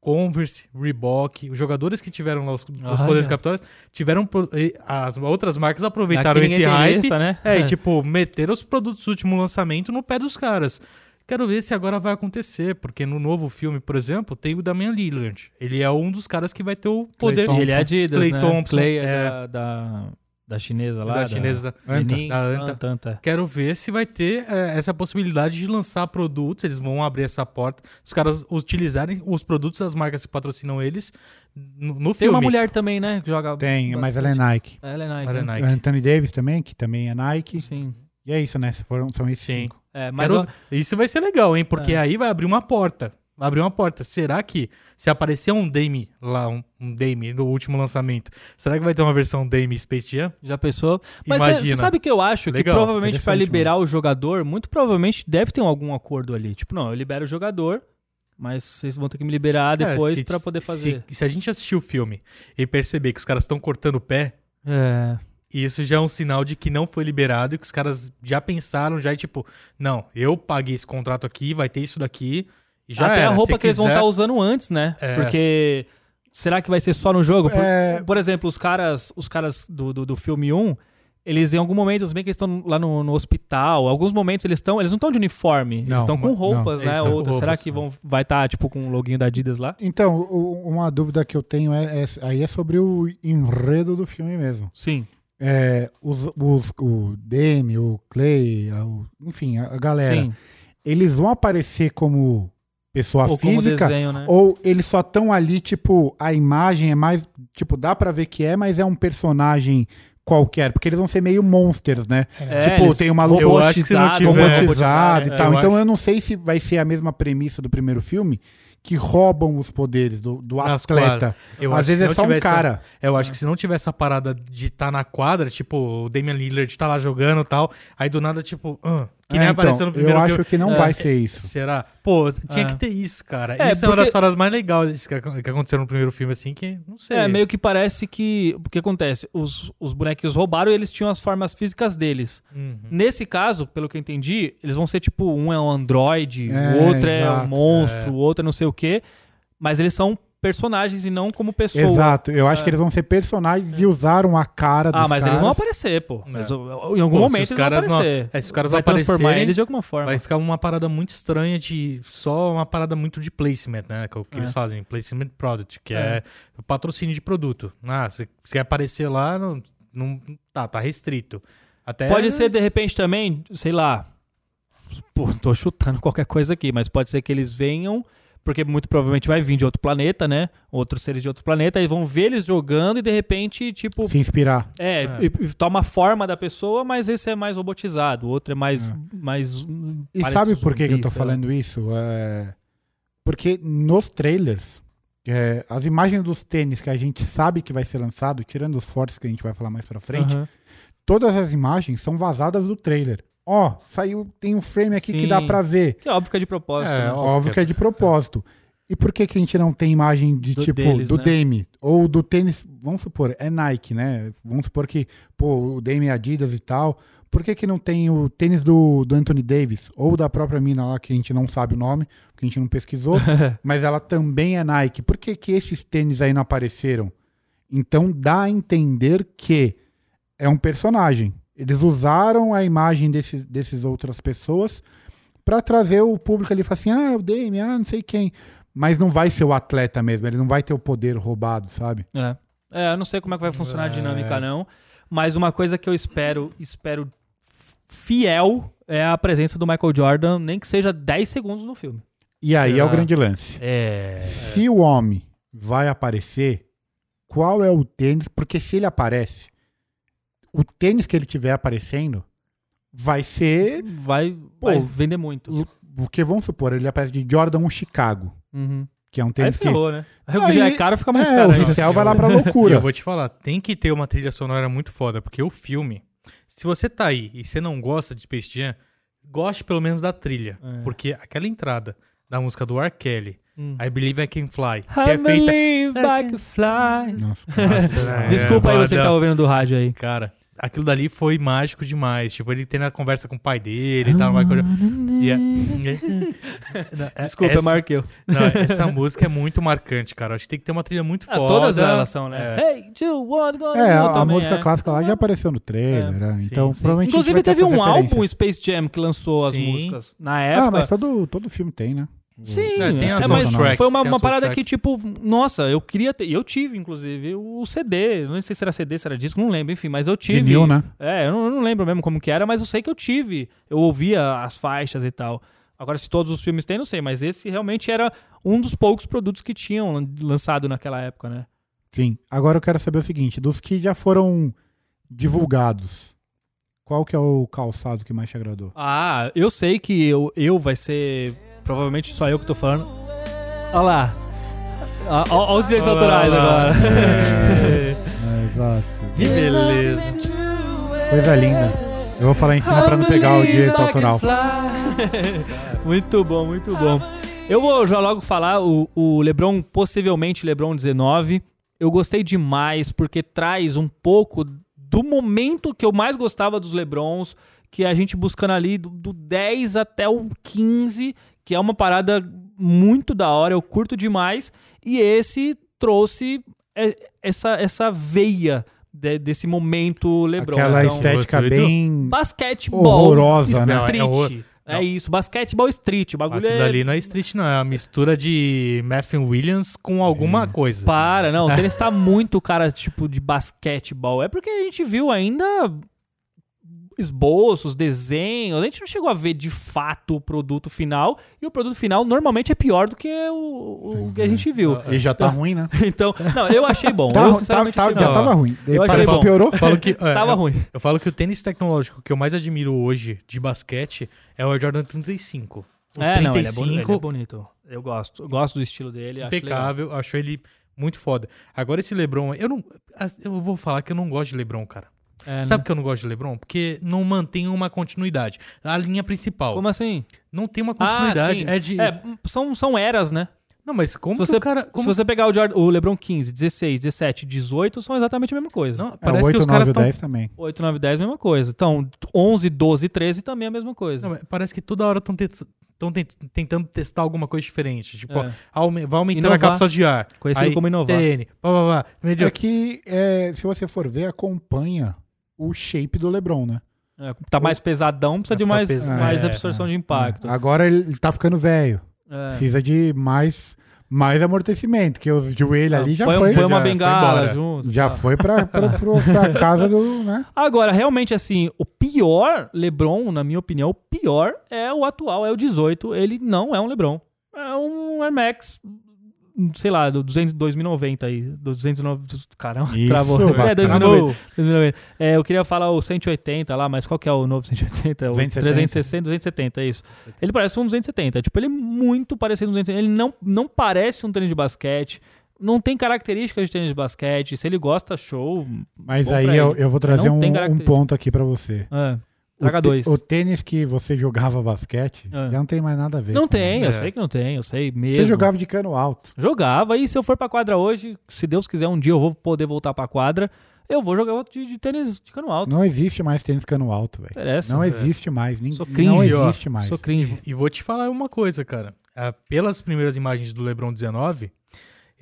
[SPEAKER 2] Converse, Reebok, os jogadores que tiveram lá os, os
[SPEAKER 1] Olha.
[SPEAKER 2] poderes capturados tiveram. pro- e As outras marcas aproveitaram
[SPEAKER 1] Daqui
[SPEAKER 2] esse
[SPEAKER 1] Né? ninguém tem
[SPEAKER 2] hype
[SPEAKER 1] lista, né?
[SPEAKER 2] é, e tipo, meter os produtos do último lançamento no pé dos caras. Quero ver se agora vai acontecer, porque no novo filme, por exemplo, tem o Damian Lillard. Ele é um dos caras que vai ter o poder
[SPEAKER 3] Clay
[SPEAKER 1] E ele é Adidas,
[SPEAKER 2] Clay
[SPEAKER 1] né?
[SPEAKER 2] Thompson,
[SPEAKER 1] Clay é,
[SPEAKER 2] é.
[SPEAKER 1] Da, da, da é chinesa lá.
[SPEAKER 2] da chinesa.
[SPEAKER 3] Anta.
[SPEAKER 1] Benin,
[SPEAKER 2] da Anta.
[SPEAKER 1] Anta, é. Anta.
[SPEAKER 2] Quero ver se vai ter é, essa possibilidade de lançar produtos. Eles vão abrir essa porta. Os caras utilizarem os produtos das marcas que patrocinam eles no, no
[SPEAKER 1] Tem
[SPEAKER 2] filme.
[SPEAKER 1] uma mulher também, né? Que joga
[SPEAKER 3] Tem, mas ela é
[SPEAKER 1] bastante.
[SPEAKER 3] Nike.
[SPEAKER 1] Ela é Nike.
[SPEAKER 2] Para a
[SPEAKER 1] né?
[SPEAKER 2] Nike.
[SPEAKER 3] Anthony Davis também, que também é Nike.
[SPEAKER 1] Sim.
[SPEAKER 3] E é isso, né? Se foram, são esses
[SPEAKER 2] Sim.
[SPEAKER 3] cinco.
[SPEAKER 1] É, mas
[SPEAKER 2] Quero-
[SPEAKER 1] ó,
[SPEAKER 2] Isso vai ser legal, hein? Porque
[SPEAKER 1] É.
[SPEAKER 2] aí vai abrir uma porta. Vai abrir uma porta. Será que se aparecer um Dame lá, um, um Dame no último lançamento, será que vai ter uma versão Dame Space Jam?
[SPEAKER 1] já pensou? Mas é,
[SPEAKER 2] Imagina.
[SPEAKER 1] você sabe que eu acho
[SPEAKER 2] Legal, né?
[SPEAKER 1] que provavelmente para
[SPEAKER 3] interessante,
[SPEAKER 1] liberar o jogador, muito provavelmente deve ter um, algum acordo ali. Tipo, não, eu libero o jogador, mas vocês vão ter que me liberar depois
[SPEAKER 2] É, se-
[SPEAKER 1] pra poder
[SPEAKER 2] se-
[SPEAKER 1] fazer.
[SPEAKER 2] Se, a gente assistir o filme e perceber que os caras estão cortando o pé,
[SPEAKER 1] É.
[SPEAKER 2] isso já é um sinal de que não foi liberado e que os caras já pensaram, já é tipo, não, eu paguei esse contrato aqui, vai ter isso daqui. E já
[SPEAKER 1] Até
[SPEAKER 2] era.
[SPEAKER 1] a
[SPEAKER 2] Se
[SPEAKER 1] roupa que eles vão
[SPEAKER 2] quiser-
[SPEAKER 1] estar usando antes, né?
[SPEAKER 2] É.
[SPEAKER 1] Porque será que vai ser só no jogo? Por,
[SPEAKER 3] É.
[SPEAKER 1] por exemplo, os caras, os caras do, do, do filme 1, eles em algum momento, se bem que eles estão lá no, no hospital, alguns momentos eles estão, eles não estão de uniforme, eles
[SPEAKER 3] Não,
[SPEAKER 1] estão com
[SPEAKER 3] não,
[SPEAKER 1] roupas,
[SPEAKER 2] eles
[SPEAKER 1] né?
[SPEAKER 2] tão com
[SPEAKER 1] Ou, será
[SPEAKER 2] roupas,
[SPEAKER 1] que vão, vai estar tipo com o loguinho da Adidas lá?
[SPEAKER 3] Então, o- uma dúvida que eu tenho é, é- aí é sobre o enredo do filme mesmo.
[SPEAKER 1] Sim.
[SPEAKER 3] É, os, os- o Demi, o Clay, a- o- enfim, a, a galera,
[SPEAKER 1] Sim.
[SPEAKER 3] eles vão aparecer como pessoa
[SPEAKER 1] Ou como
[SPEAKER 3] física
[SPEAKER 1] desenho, né?
[SPEAKER 3] ou eles só estão ali tipo a imagem é mais tipo dá pra ver que é, mas é um personagem qualquer, porque eles vão ser meio monsters, né?
[SPEAKER 1] É,
[SPEAKER 3] tipo,
[SPEAKER 1] eles- né?
[SPEAKER 3] tem uma
[SPEAKER 2] Eu
[SPEAKER 3] logo
[SPEAKER 2] acho que se não
[SPEAKER 1] Tipo, robotizado,
[SPEAKER 2] tiver-
[SPEAKER 3] robotizado
[SPEAKER 2] É,
[SPEAKER 3] e tal.
[SPEAKER 2] eu
[SPEAKER 3] então
[SPEAKER 2] acho-
[SPEAKER 3] eu não sei se vai ser a mesma premissa do primeiro filme que roubam os poderes do, do
[SPEAKER 2] Nas
[SPEAKER 3] atleta.
[SPEAKER 2] Eu acho
[SPEAKER 3] Às
[SPEAKER 2] que se
[SPEAKER 3] vezes é
[SPEAKER 2] não
[SPEAKER 3] só um
[SPEAKER 2] tivesse-
[SPEAKER 3] cara.
[SPEAKER 2] Eu acho que se não tiver essa parada de estar na quadra, tipo, o Damian Lillard tá lá jogando e tal, aí do nada, tipo, ah, que nem
[SPEAKER 3] É, então,
[SPEAKER 2] apareceu no primeiro
[SPEAKER 3] eu acho
[SPEAKER 2] filme.
[SPEAKER 3] que não
[SPEAKER 1] É.
[SPEAKER 3] vai ser isso.
[SPEAKER 2] Será? Pô, tinha
[SPEAKER 1] É.
[SPEAKER 2] que ter isso, cara.
[SPEAKER 1] É,
[SPEAKER 2] isso é uma das
[SPEAKER 1] porque-
[SPEAKER 2] paradas mais legais que ac- que aconteceram no primeiro filme, assim, que não sei.
[SPEAKER 1] É, meio que parece que. O que acontece? Os, os bonequinhos roubaram e eles tinham as formas físicas deles.
[SPEAKER 2] Uhum.
[SPEAKER 1] Nesse caso, pelo que eu entendi, eles vão ser tipo: um é um androide,
[SPEAKER 3] É,
[SPEAKER 1] o outro é um
[SPEAKER 3] exato,
[SPEAKER 1] monstro, o outro é não sei o quê. Mas eles são personagens e não como pessoa.
[SPEAKER 3] Exato, eu
[SPEAKER 2] é.
[SPEAKER 3] acho que eles vão ser personagens e usaram a cara dos
[SPEAKER 1] Ah, mas eles vão
[SPEAKER 3] caras.
[SPEAKER 1] aparecer, pô.
[SPEAKER 2] É.
[SPEAKER 1] Mas, ó, em algum
[SPEAKER 2] Pô, se
[SPEAKER 1] momento
[SPEAKER 2] os
[SPEAKER 1] eles
[SPEAKER 2] caras
[SPEAKER 1] vão
[SPEAKER 2] não-
[SPEAKER 1] aparecer.
[SPEAKER 2] É, se os caras
[SPEAKER 1] Vai transformar
[SPEAKER 2] aparecerem,
[SPEAKER 1] eles de alguma forma.
[SPEAKER 2] vai ficar uma parada muito estranha de só uma parada muito de placement, né? Que é o que eles fazem, placement product, que é, patrocínio de produto. Ah, se, se aparecer lá, não, não- tá, tá restrito. Até
[SPEAKER 1] Pode ser, de repente, também, sei lá. Pô, tô chutando qualquer coisa aqui, mas pode ser que eles venham, porque muito provavelmente vai vir de outro planeta, né? Outros seres de outro planeta, e vão ver eles jogando e de repente, tipo,
[SPEAKER 3] Se inspirar.
[SPEAKER 1] é,
[SPEAKER 2] É.
[SPEAKER 1] E, e toma a forma da pessoa, mas esse é mais robotizado, o outro é mais.
[SPEAKER 3] É.
[SPEAKER 1] mais hum,
[SPEAKER 3] E
[SPEAKER 1] parece
[SPEAKER 3] sabe
[SPEAKER 1] um
[SPEAKER 2] é.
[SPEAKER 3] por que, que
[SPEAKER 1] zumbi,
[SPEAKER 3] eu tô
[SPEAKER 1] sei lá.
[SPEAKER 3] falando isso? É, Porque nos trailers é, as imagens dos tênis que a gente sabe que vai ser lançado, tirando os fortes que a gente vai falar mais pra frente,
[SPEAKER 1] Aham.
[SPEAKER 3] todas as imagens são vazadas do trailer. Ó, saiu, tem um frame aqui que dá
[SPEAKER 1] Sim.
[SPEAKER 3] pra ver.
[SPEAKER 1] Que é óbvio que é de propósito.
[SPEAKER 2] É,
[SPEAKER 1] né?
[SPEAKER 2] ó.
[SPEAKER 3] Óbvio, que é de propósito. E por que, que a gente não tem imagem de
[SPEAKER 1] Do
[SPEAKER 3] tipo
[SPEAKER 1] deles,
[SPEAKER 3] do
[SPEAKER 1] né?
[SPEAKER 3] Dame ou do tênis? Vamos supor, é Nike, né? Vamos supor que, pô, o Dame é Adidas e tal. Por que, que não tem o tênis do, do Anthony Davis ou da própria mina lá que a gente não sabe o nome, porque a gente não pesquisou, mas ela também é Nike. Por que, que esses tênis aí não apareceram? Então dá a entender que é um personagem. Eles usaram a imagem desse, desses outras pessoas para trazer o público ali e falar assim: ah, o Dame, ah, não sei quem. Mas não vai ser o atleta mesmo, ele não vai ter o poder roubado, sabe?
[SPEAKER 1] É. É, eu não sei como é que vai funcionar a dinâmica, não. Mas uma coisa que eu espero, espero f- fiel é a presença do Michael Jordan, nem que seja 10 segundos no filme.
[SPEAKER 3] E aí é o
[SPEAKER 2] Ah.
[SPEAKER 3] grande lance.
[SPEAKER 1] É.
[SPEAKER 3] Se o homem vai aparecer, qual é o tênis? Porque se ele aparece, o tênis que ele tiver aparecendo vai ser.
[SPEAKER 1] Vai, vai vender muito.
[SPEAKER 3] Porque vamos supor, ele aparece de Jordan 1 Chicago,
[SPEAKER 1] Uhum.
[SPEAKER 3] que é um
[SPEAKER 1] Aí
[SPEAKER 3] tênis que.
[SPEAKER 1] ferrou, né? Aí o que
[SPEAKER 3] Aí-
[SPEAKER 1] já é caro fica mais
[SPEAKER 3] É, o
[SPEAKER 1] caro. ainda.
[SPEAKER 3] Ricel vai lá pra
[SPEAKER 2] E eu
[SPEAKER 3] loucura.
[SPEAKER 2] vou te falar, tem que ter uma trilha sonora muito foda, porque o filme, se você tá aí e você não gosta de Space Jam, goste pelo menos da trilha,
[SPEAKER 1] É.
[SPEAKER 2] porque aquela entrada da música do R. Kelly,
[SPEAKER 1] Hum.
[SPEAKER 2] I Believe I Can Fly, que
[SPEAKER 1] I
[SPEAKER 2] é feita...
[SPEAKER 1] believe
[SPEAKER 3] É
[SPEAKER 1] I can fly.
[SPEAKER 3] Nossa, É.
[SPEAKER 2] Nossa, né?
[SPEAKER 1] Desculpa aí você que
[SPEAKER 2] Foda.
[SPEAKER 1] tá ouvindo do rádio aí.
[SPEAKER 2] Cara, aquilo dali foi mágico demais. Tipo, ele tendo a conversa com o pai dele e
[SPEAKER 3] tá
[SPEAKER 2] tal. vai coisa- E é-
[SPEAKER 1] Desculpa,
[SPEAKER 2] essa,
[SPEAKER 1] eu marquei.
[SPEAKER 2] não, essa música é muito marcante, cara. Acho que tem que ter uma trilha muito
[SPEAKER 1] Ah,
[SPEAKER 2] foda.
[SPEAKER 1] todas elas são, né? Hey, two, one, go,
[SPEAKER 3] É,
[SPEAKER 1] go,
[SPEAKER 3] a, a
[SPEAKER 1] também,
[SPEAKER 3] música
[SPEAKER 1] é.
[SPEAKER 3] clássica lá já apareceu no trailer, né?
[SPEAKER 2] sim,
[SPEAKER 3] então
[SPEAKER 2] sim.
[SPEAKER 3] provavelmente. a gente
[SPEAKER 1] Inclusive
[SPEAKER 3] vai ter
[SPEAKER 1] teve
[SPEAKER 3] essas
[SPEAKER 1] um
[SPEAKER 3] referências.
[SPEAKER 1] álbum Space Jam que lançou as
[SPEAKER 2] Sim.
[SPEAKER 1] músicas. Na época.
[SPEAKER 3] Ah, mas todo, todo filme tem, né?
[SPEAKER 1] Sim,
[SPEAKER 2] É, tem
[SPEAKER 1] é,
[SPEAKER 2] a
[SPEAKER 1] mas
[SPEAKER 2] soundtrack,
[SPEAKER 1] foi uma,
[SPEAKER 2] tem a
[SPEAKER 1] uma parada
[SPEAKER 2] soundtrack.
[SPEAKER 1] que, tipo, nossa, eu queria ter. e Eu tive, inclusive, o CD. Não sei se era CD, se era disco, não lembro, enfim, mas eu tive.
[SPEAKER 3] Vinil, né?
[SPEAKER 1] É, eu não, eu não lembro mesmo como que era, mas eu sei que eu tive. Eu ouvia as faixas e tal. Agora, se todos os filmes têm, não sei, mas esse realmente era um dos poucos produtos que tinham lan- lançado naquela época, né?
[SPEAKER 3] Sim. Agora eu quero saber o seguinte: dos que já foram divulgados, qual que é o calçado que mais te agradou?
[SPEAKER 1] Ah, eu sei que eu, eu vai ser. Provavelmente só eu que tô falando. Olha lá. Olha os direitos autorais agora.
[SPEAKER 3] É, exato.
[SPEAKER 2] Que beleza.
[SPEAKER 3] Coisa linda. Eu vou falar em cima pra não pegar o direito autoral.
[SPEAKER 1] muito bom, muito bom. Eu vou já logo falar o, o LeBron, possivelmente LeBron 19. Eu gostei demais porque traz um pouco do momento que eu mais gostava dos LeBrons, que é a gente buscando ali do, do 10 até o 15, que é uma parada muito da hora, eu curto demais. E esse trouxe é, essa, essa veia de- desse momento LeBron.
[SPEAKER 3] Aquela
[SPEAKER 1] Então,
[SPEAKER 3] estética
[SPEAKER 2] Gratuito.
[SPEAKER 3] bem.
[SPEAKER 1] Basquetebol.
[SPEAKER 3] Horrorosa, né?
[SPEAKER 1] street.
[SPEAKER 2] Não, é horror-
[SPEAKER 1] é,
[SPEAKER 2] não.
[SPEAKER 1] isso, basquetebol street. O bagulho
[SPEAKER 2] Aquilo
[SPEAKER 1] é-
[SPEAKER 2] ali não é street, não. É uma mistura de Matthew Williams com alguma coisa.
[SPEAKER 1] Para, não. O tênis tá muito cara, tipo, de basquetebol. É porque a gente viu ainda esboços, desenhos. A gente não chegou a ver de fato o produto final. E o produto final normalmente é pior do que o, o que a gente viu.
[SPEAKER 2] Ah,
[SPEAKER 3] E já tá ruim, né?
[SPEAKER 1] Então, não, eu achei bom.
[SPEAKER 3] Tá,
[SPEAKER 1] eu,
[SPEAKER 3] ru-
[SPEAKER 1] sinceramente,
[SPEAKER 3] tá- tá-
[SPEAKER 1] achei
[SPEAKER 3] já
[SPEAKER 1] bom.
[SPEAKER 3] tava ruim. Daí
[SPEAKER 1] Eu achei
[SPEAKER 3] Parece que
[SPEAKER 1] bom.
[SPEAKER 3] piorou.
[SPEAKER 2] Falo que, é,
[SPEAKER 1] Tava
[SPEAKER 2] eu-
[SPEAKER 1] ruim.
[SPEAKER 2] Eu falo que o tênis tecnológico que eu mais admiro hoje de basquete é o Air Jordan 35. O
[SPEAKER 1] É,
[SPEAKER 2] 35
[SPEAKER 1] não, ele é, boni- ele é bonito. Eu gosto. Eu gosto do estilo dele. acho legal.
[SPEAKER 2] impecável, acho ele muito foda. Agora esse LeBron, eu não as- eu vou falar que eu não gosto de LeBron, cara.
[SPEAKER 1] É,
[SPEAKER 2] Sabe
[SPEAKER 1] Sabe
[SPEAKER 2] por que eu não gosto de LeBron? Porque não mantém uma continuidade. A linha principal
[SPEAKER 1] Como assim?
[SPEAKER 2] não tem uma
[SPEAKER 1] Ah,
[SPEAKER 2] continuidade,
[SPEAKER 1] sim.
[SPEAKER 2] é de
[SPEAKER 1] É, são, são eras, né?
[SPEAKER 2] Não, mas como
[SPEAKER 1] Se
[SPEAKER 2] que
[SPEAKER 1] você-
[SPEAKER 2] o cara como-
[SPEAKER 1] Se você pegar o, Jordan, o LeBron 15, 16, 17, 18, são exatamente a mesma coisa.
[SPEAKER 2] não,
[SPEAKER 3] É, o
[SPEAKER 2] parece que
[SPEAKER 3] 8,
[SPEAKER 2] os
[SPEAKER 3] 9
[SPEAKER 2] caras
[SPEAKER 3] e
[SPEAKER 2] estão
[SPEAKER 3] 10 também.
[SPEAKER 1] 8, 9, 10, mesma coisa. Então, 11, 12, 13 também é a mesma coisa.
[SPEAKER 2] Não, mas parece que toda hora estão tentando testar alguma coisa diferente, tipo,
[SPEAKER 1] É.
[SPEAKER 2] ó, aume- vai aumentando
[SPEAKER 1] Inovar.
[SPEAKER 2] a cápsula de ar.
[SPEAKER 1] Conhecido
[SPEAKER 2] aí,
[SPEAKER 1] como inovar.
[SPEAKER 2] TN, pá, pá, pá, medio-
[SPEAKER 3] É que, é, se você for ver, acompanha o shape do LeBron, né?
[SPEAKER 1] É, tá mais pesadão, precisa
[SPEAKER 2] Vai
[SPEAKER 1] de
[SPEAKER 2] ficar
[SPEAKER 1] mais,
[SPEAKER 2] pesa-
[SPEAKER 1] mais
[SPEAKER 2] é,
[SPEAKER 1] absorção de impacto.
[SPEAKER 3] É, Agora ele ele tá ficando velho.
[SPEAKER 1] É.
[SPEAKER 3] Precisa de mais, mais amortecimento, que os joelhos ali já
[SPEAKER 1] É. põe, um
[SPEAKER 3] foi,
[SPEAKER 1] põe uma
[SPEAKER 2] já foi
[SPEAKER 1] bengala
[SPEAKER 2] embora.
[SPEAKER 1] junto.
[SPEAKER 3] já
[SPEAKER 1] tá.
[SPEAKER 3] foi pra, pra, pro- pra casa do, né?
[SPEAKER 1] Agora, realmente, assim, o pior LeBron, na minha opinião, o pior é o atual, é o 18. Ele não é um LeBron. É um Air Max, sei lá, do 200, 2090 aí. Do 209. Caramba,
[SPEAKER 3] Isso,
[SPEAKER 1] travou.
[SPEAKER 3] mas
[SPEAKER 1] É, 2090.
[SPEAKER 2] Acabou.
[SPEAKER 1] 2090. É, eu queria falar o 180 lá, mas qual que é o novo 180? O
[SPEAKER 3] 270.
[SPEAKER 1] 360, 270, é isso. Ele parece um 270. Tipo, ele é muito parecido com um 270. Ele não, não parece um tênis de basquete. não tem características de tênis de basquete. Se ele gosta, show.
[SPEAKER 3] Mas
[SPEAKER 1] Bom
[SPEAKER 3] aí
[SPEAKER 1] pra
[SPEAKER 3] eu,
[SPEAKER 1] ele.
[SPEAKER 3] eu vou trazer
[SPEAKER 1] Não
[SPEAKER 3] um,
[SPEAKER 1] tem
[SPEAKER 3] um
[SPEAKER 1] característica.
[SPEAKER 3] ponto aqui pra você.
[SPEAKER 1] É, traga
[SPEAKER 3] o, te-
[SPEAKER 1] dois.
[SPEAKER 3] o tênis que você jogava basquete
[SPEAKER 1] É.
[SPEAKER 3] já não tem mais nada a ver.
[SPEAKER 1] Não
[SPEAKER 3] com-
[SPEAKER 1] tem,
[SPEAKER 2] É.
[SPEAKER 1] eu sei que não tem, eu sei mesmo.
[SPEAKER 3] Você jogava de cano alto.
[SPEAKER 1] Jogava, e se eu for pra quadra hoje, se Deus quiser, um dia eu vou poder voltar pra quadra, eu vou jogar outro de, de tênis de cano alto.
[SPEAKER 3] Não é existe mais tênis cano alto, velho.
[SPEAKER 1] interessa.
[SPEAKER 3] Não existe mais. Nem,
[SPEAKER 1] é. Sou
[SPEAKER 3] não
[SPEAKER 1] cringe,
[SPEAKER 2] ó.
[SPEAKER 3] existe mais.
[SPEAKER 1] Sou cringe.
[SPEAKER 2] E vou te falar uma coisa, cara. Ah, Pelas primeiras imagens do LeBron 19,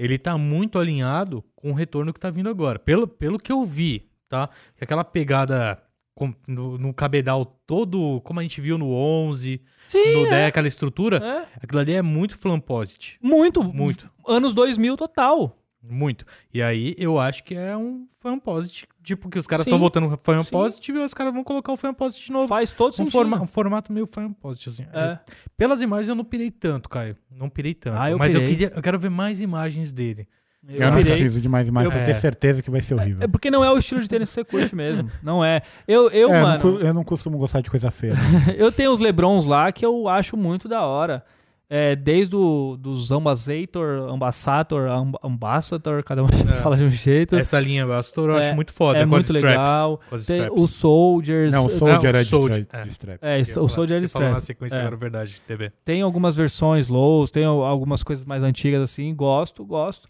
[SPEAKER 2] ele tá muito alinhado com o retorno que tá vindo agora. Pelo, pelo que eu vi, tá? Aquela pegada com- no, no cabedal todo, como a gente viu no 11,
[SPEAKER 1] Sim,
[SPEAKER 2] no
[SPEAKER 1] é,
[SPEAKER 2] 10, aquela estrutura,
[SPEAKER 1] é.
[SPEAKER 2] aquilo ali é muito flamposite.
[SPEAKER 1] Muito,
[SPEAKER 2] Muito,
[SPEAKER 1] Anos 2000 total.
[SPEAKER 2] muito. E aí eu acho que é um fanposit, tipo que os caras
[SPEAKER 1] Sim.
[SPEAKER 2] estão voltando pro fanposit e os caras vão colocar o fanposit de novo.
[SPEAKER 1] Faz todo
[SPEAKER 2] Um,
[SPEAKER 1] sentido.
[SPEAKER 2] forma- um formato meio fanposit, assim.
[SPEAKER 1] É.
[SPEAKER 2] Pelas imagens eu não pirei tanto, Caio. Não pirei tanto.
[SPEAKER 1] Ah, eu
[SPEAKER 2] mas eu,
[SPEAKER 1] pirei.
[SPEAKER 2] queria, eu quero ver mais imagens dele.
[SPEAKER 3] Eu não
[SPEAKER 1] pirei.
[SPEAKER 3] preciso de mais imagens pra
[SPEAKER 2] Eu-
[SPEAKER 3] ter
[SPEAKER 2] É.
[SPEAKER 3] certeza que vai ser horrível.
[SPEAKER 1] É porque não é o estilo de tênis que você curte mesmo. Não é. Eu, eu
[SPEAKER 3] É, eu, não,
[SPEAKER 1] mano,
[SPEAKER 3] cu- eu não costumo gostar de coisa feia.
[SPEAKER 1] eu tenho os Lebrons lá que eu acho muito da hora. É, desde o, dos Ambassador, Ambassador, Amb- Ambassador, cada um fala de um jeito.
[SPEAKER 2] Essa linha Astor eu
[SPEAKER 1] É,
[SPEAKER 2] acho muito foda.
[SPEAKER 1] é
[SPEAKER 2] com as
[SPEAKER 1] muito
[SPEAKER 2] straps,
[SPEAKER 1] legal.
[SPEAKER 2] com as
[SPEAKER 1] Tem
[SPEAKER 2] straps.
[SPEAKER 1] os Soldiers. eh,
[SPEAKER 3] Não, o
[SPEAKER 2] Não,
[SPEAKER 3] Soldier é de
[SPEAKER 2] Soldier,
[SPEAKER 3] stra-
[SPEAKER 2] é.
[SPEAKER 3] de strap.
[SPEAKER 1] é,
[SPEAKER 2] Eu ia
[SPEAKER 1] o
[SPEAKER 2] falar,
[SPEAKER 1] Soldier
[SPEAKER 2] você
[SPEAKER 1] Strap.
[SPEAKER 2] falou na sequência
[SPEAKER 1] É.
[SPEAKER 2] agora, verdade, TV.
[SPEAKER 1] Tem algumas versões lows, tem al- algumas coisas mais antigas assim, gosto, gosto.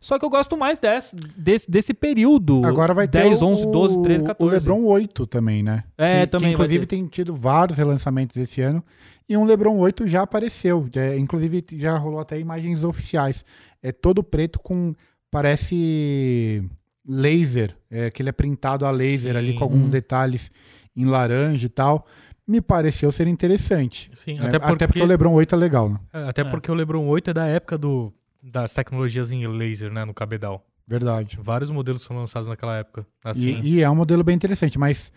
[SPEAKER 1] Só que eu gosto mais desse, desse, desse período.
[SPEAKER 3] Agora vai ter
[SPEAKER 1] 10,
[SPEAKER 3] o-
[SPEAKER 1] 11, 12, 13, 14.
[SPEAKER 3] O LeBron 8 também, né?
[SPEAKER 1] É, também vai
[SPEAKER 3] inclusive
[SPEAKER 1] ter.
[SPEAKER 3] tem tido vários relançamentos esse ano. E um LeBron 8 já apareceu. É, inclusive já rolou até imagens oficiais. É todo preto com. Parece laser. É, que ele é printado a laser
[SPEAKER 2] Sim.
[SPEAKER 3] ali com alguns
[SPEAKER 1] Hum.
[SPEAKER 3] detalhes em laranja e tal. Me pareceu ser interessante.
[SPEAKER 2] Sim,
[SPEAKER 3] né?
[SPEAKER 2] até, porque,
[SPEAKER 3] o LeBron 8 é legal, né?
[SPEAKER 2] é, até
[SPEAKER 1] É.
[SPEAKER 2] porque o LeBron 8 é da época do, das tecnologias em laser, né? No cabedal.
[SPEAKER 3] Verdade.
[SPEAKER 2] Vários modelos foram lançados naquela época. Assim,
[SPEAKER 3] E, e é um modelo bem interessante, mas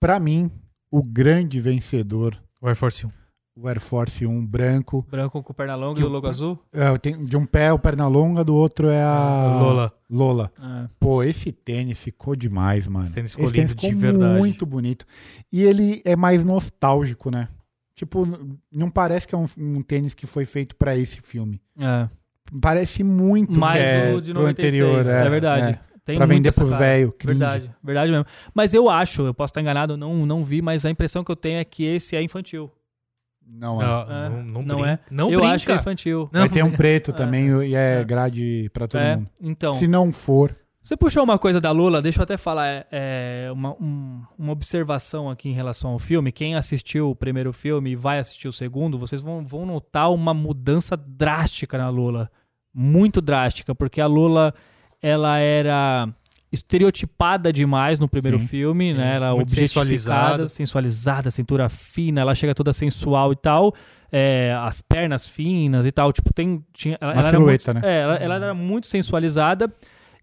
[SPEAKER 3] pra mim, o grande vencedor,
[SPEAKER 2] o Air Force 1.
[SPEAKER 3] o Air Force 1 branco,
[SPEAKER 1] Branco com perna longa
[SPEAKER 3] Que
[SPEAKER 1] e o
[SPEAKER 3] o-
[SPEAKER 1] logo azul.
[SPEAKER 3] é, tem- de um pé é o perna longa, do outro é
[SPEAKER 1] Ah,
[SPEAKER 3] a
[SPEAKER 2] Lola.
[SPEAKER 3] Lola.
[SPEAKER 1] É.
[SPEAKER 3] Pô, esse tênis ficou demais, mano.
[SPEAKER 2] Esse tênis ficou
[SPEAKER 3] esse tênis
[SPEAKER 2] lindo de
[SPEAKER 3] ficou
[SPEAKER 2] verdade.
[SPEAKER 3] muito bonito. E ele é mais nostálgico, né? Tipo, n- não parece que é um, um tênis que foi feito pra esse filme.
[SPEAKER 1] É.
[SPEAKER 3] Parece muito
[SPEAKER 1] Mais
[SPEAKER 3] que é
[SPEAKER 1] o de
[SPEAKER 3] pro
[SPEAKER 1] 96,
[SPEAKER 3] anterior.
[SPEAKER 1] é, verdade. Tem
[SPEAKER 3] Pra
[SPEAKER 1] muito
[SPEAKER 3] vender
[SPEAKER 1] essa
[SPEAKER 3] pro
[SPEAKER 1] cara.
[SPEAKER 3] velho. cringe.
[SPEAKER 1] Verdade, verdade mesmo. Mas eu acho, eu posso estar enganado, eu não, não vi, mas a impressão que eu tenho é que esse é infantil.
[SPEAKER 3] Não, é.
[SPEAKER 2] Não,
[SPEAKER 1] É.
[SPEAKER 2] não, não,
[SPEAKER 1] Não
[SPEAKER 2] brinca.
[SPEAKER 1] é.
[SPEAKER 2] Não
[SPEAKER 1] eu
[SPEAKER 2] brinca.
[SPEAKER 1] acho que é infantil.
[SPEAKER 2] Não,
[SPEAKER 3] Vai ter um preto também e é
[SPEAKER 1] É.
[SPEAKER 3] grade pra todo
[SPEAKER 1] É,
[SPEAKER 3] mundo.
[SPEAKER 1] então.
[SPEAKER 3] Se não for,
[SPEAKER 1] Você puxou uma coisa da Lula, deixa eu até falar é, é, uma, um- uma observação aqui em relação ao filme. Quem assistiu o primeiro filme e vai assistir o segundo, vocês vão, vão notar uma mudança drástica na Lula. Muito drástica, porque a Lula ela era estereotipada demais no primeiro
[SPEAKER 3] Sim,
[SPEAKER 1] filme,
[SPEAKER 2] sim.
[SPEAKER 1] né? Ela
[SPEAKER 2] Muito
[SPEAKER 1] objetificada,
[SPEAKER 2] sensualizada.
[SPEAKER 1] sensualizada, cintura fina, ela chega toda sensual e tal, é, as pernas finas e tal. Tipo, tem. Tinha, ela,
[SPEAKER 3] uma
[SPEAKER 1] ela era muito-
[SPEAKER 3] silhueta, né?
[SPEAKER 1] é, ela, ela era muito sensualizada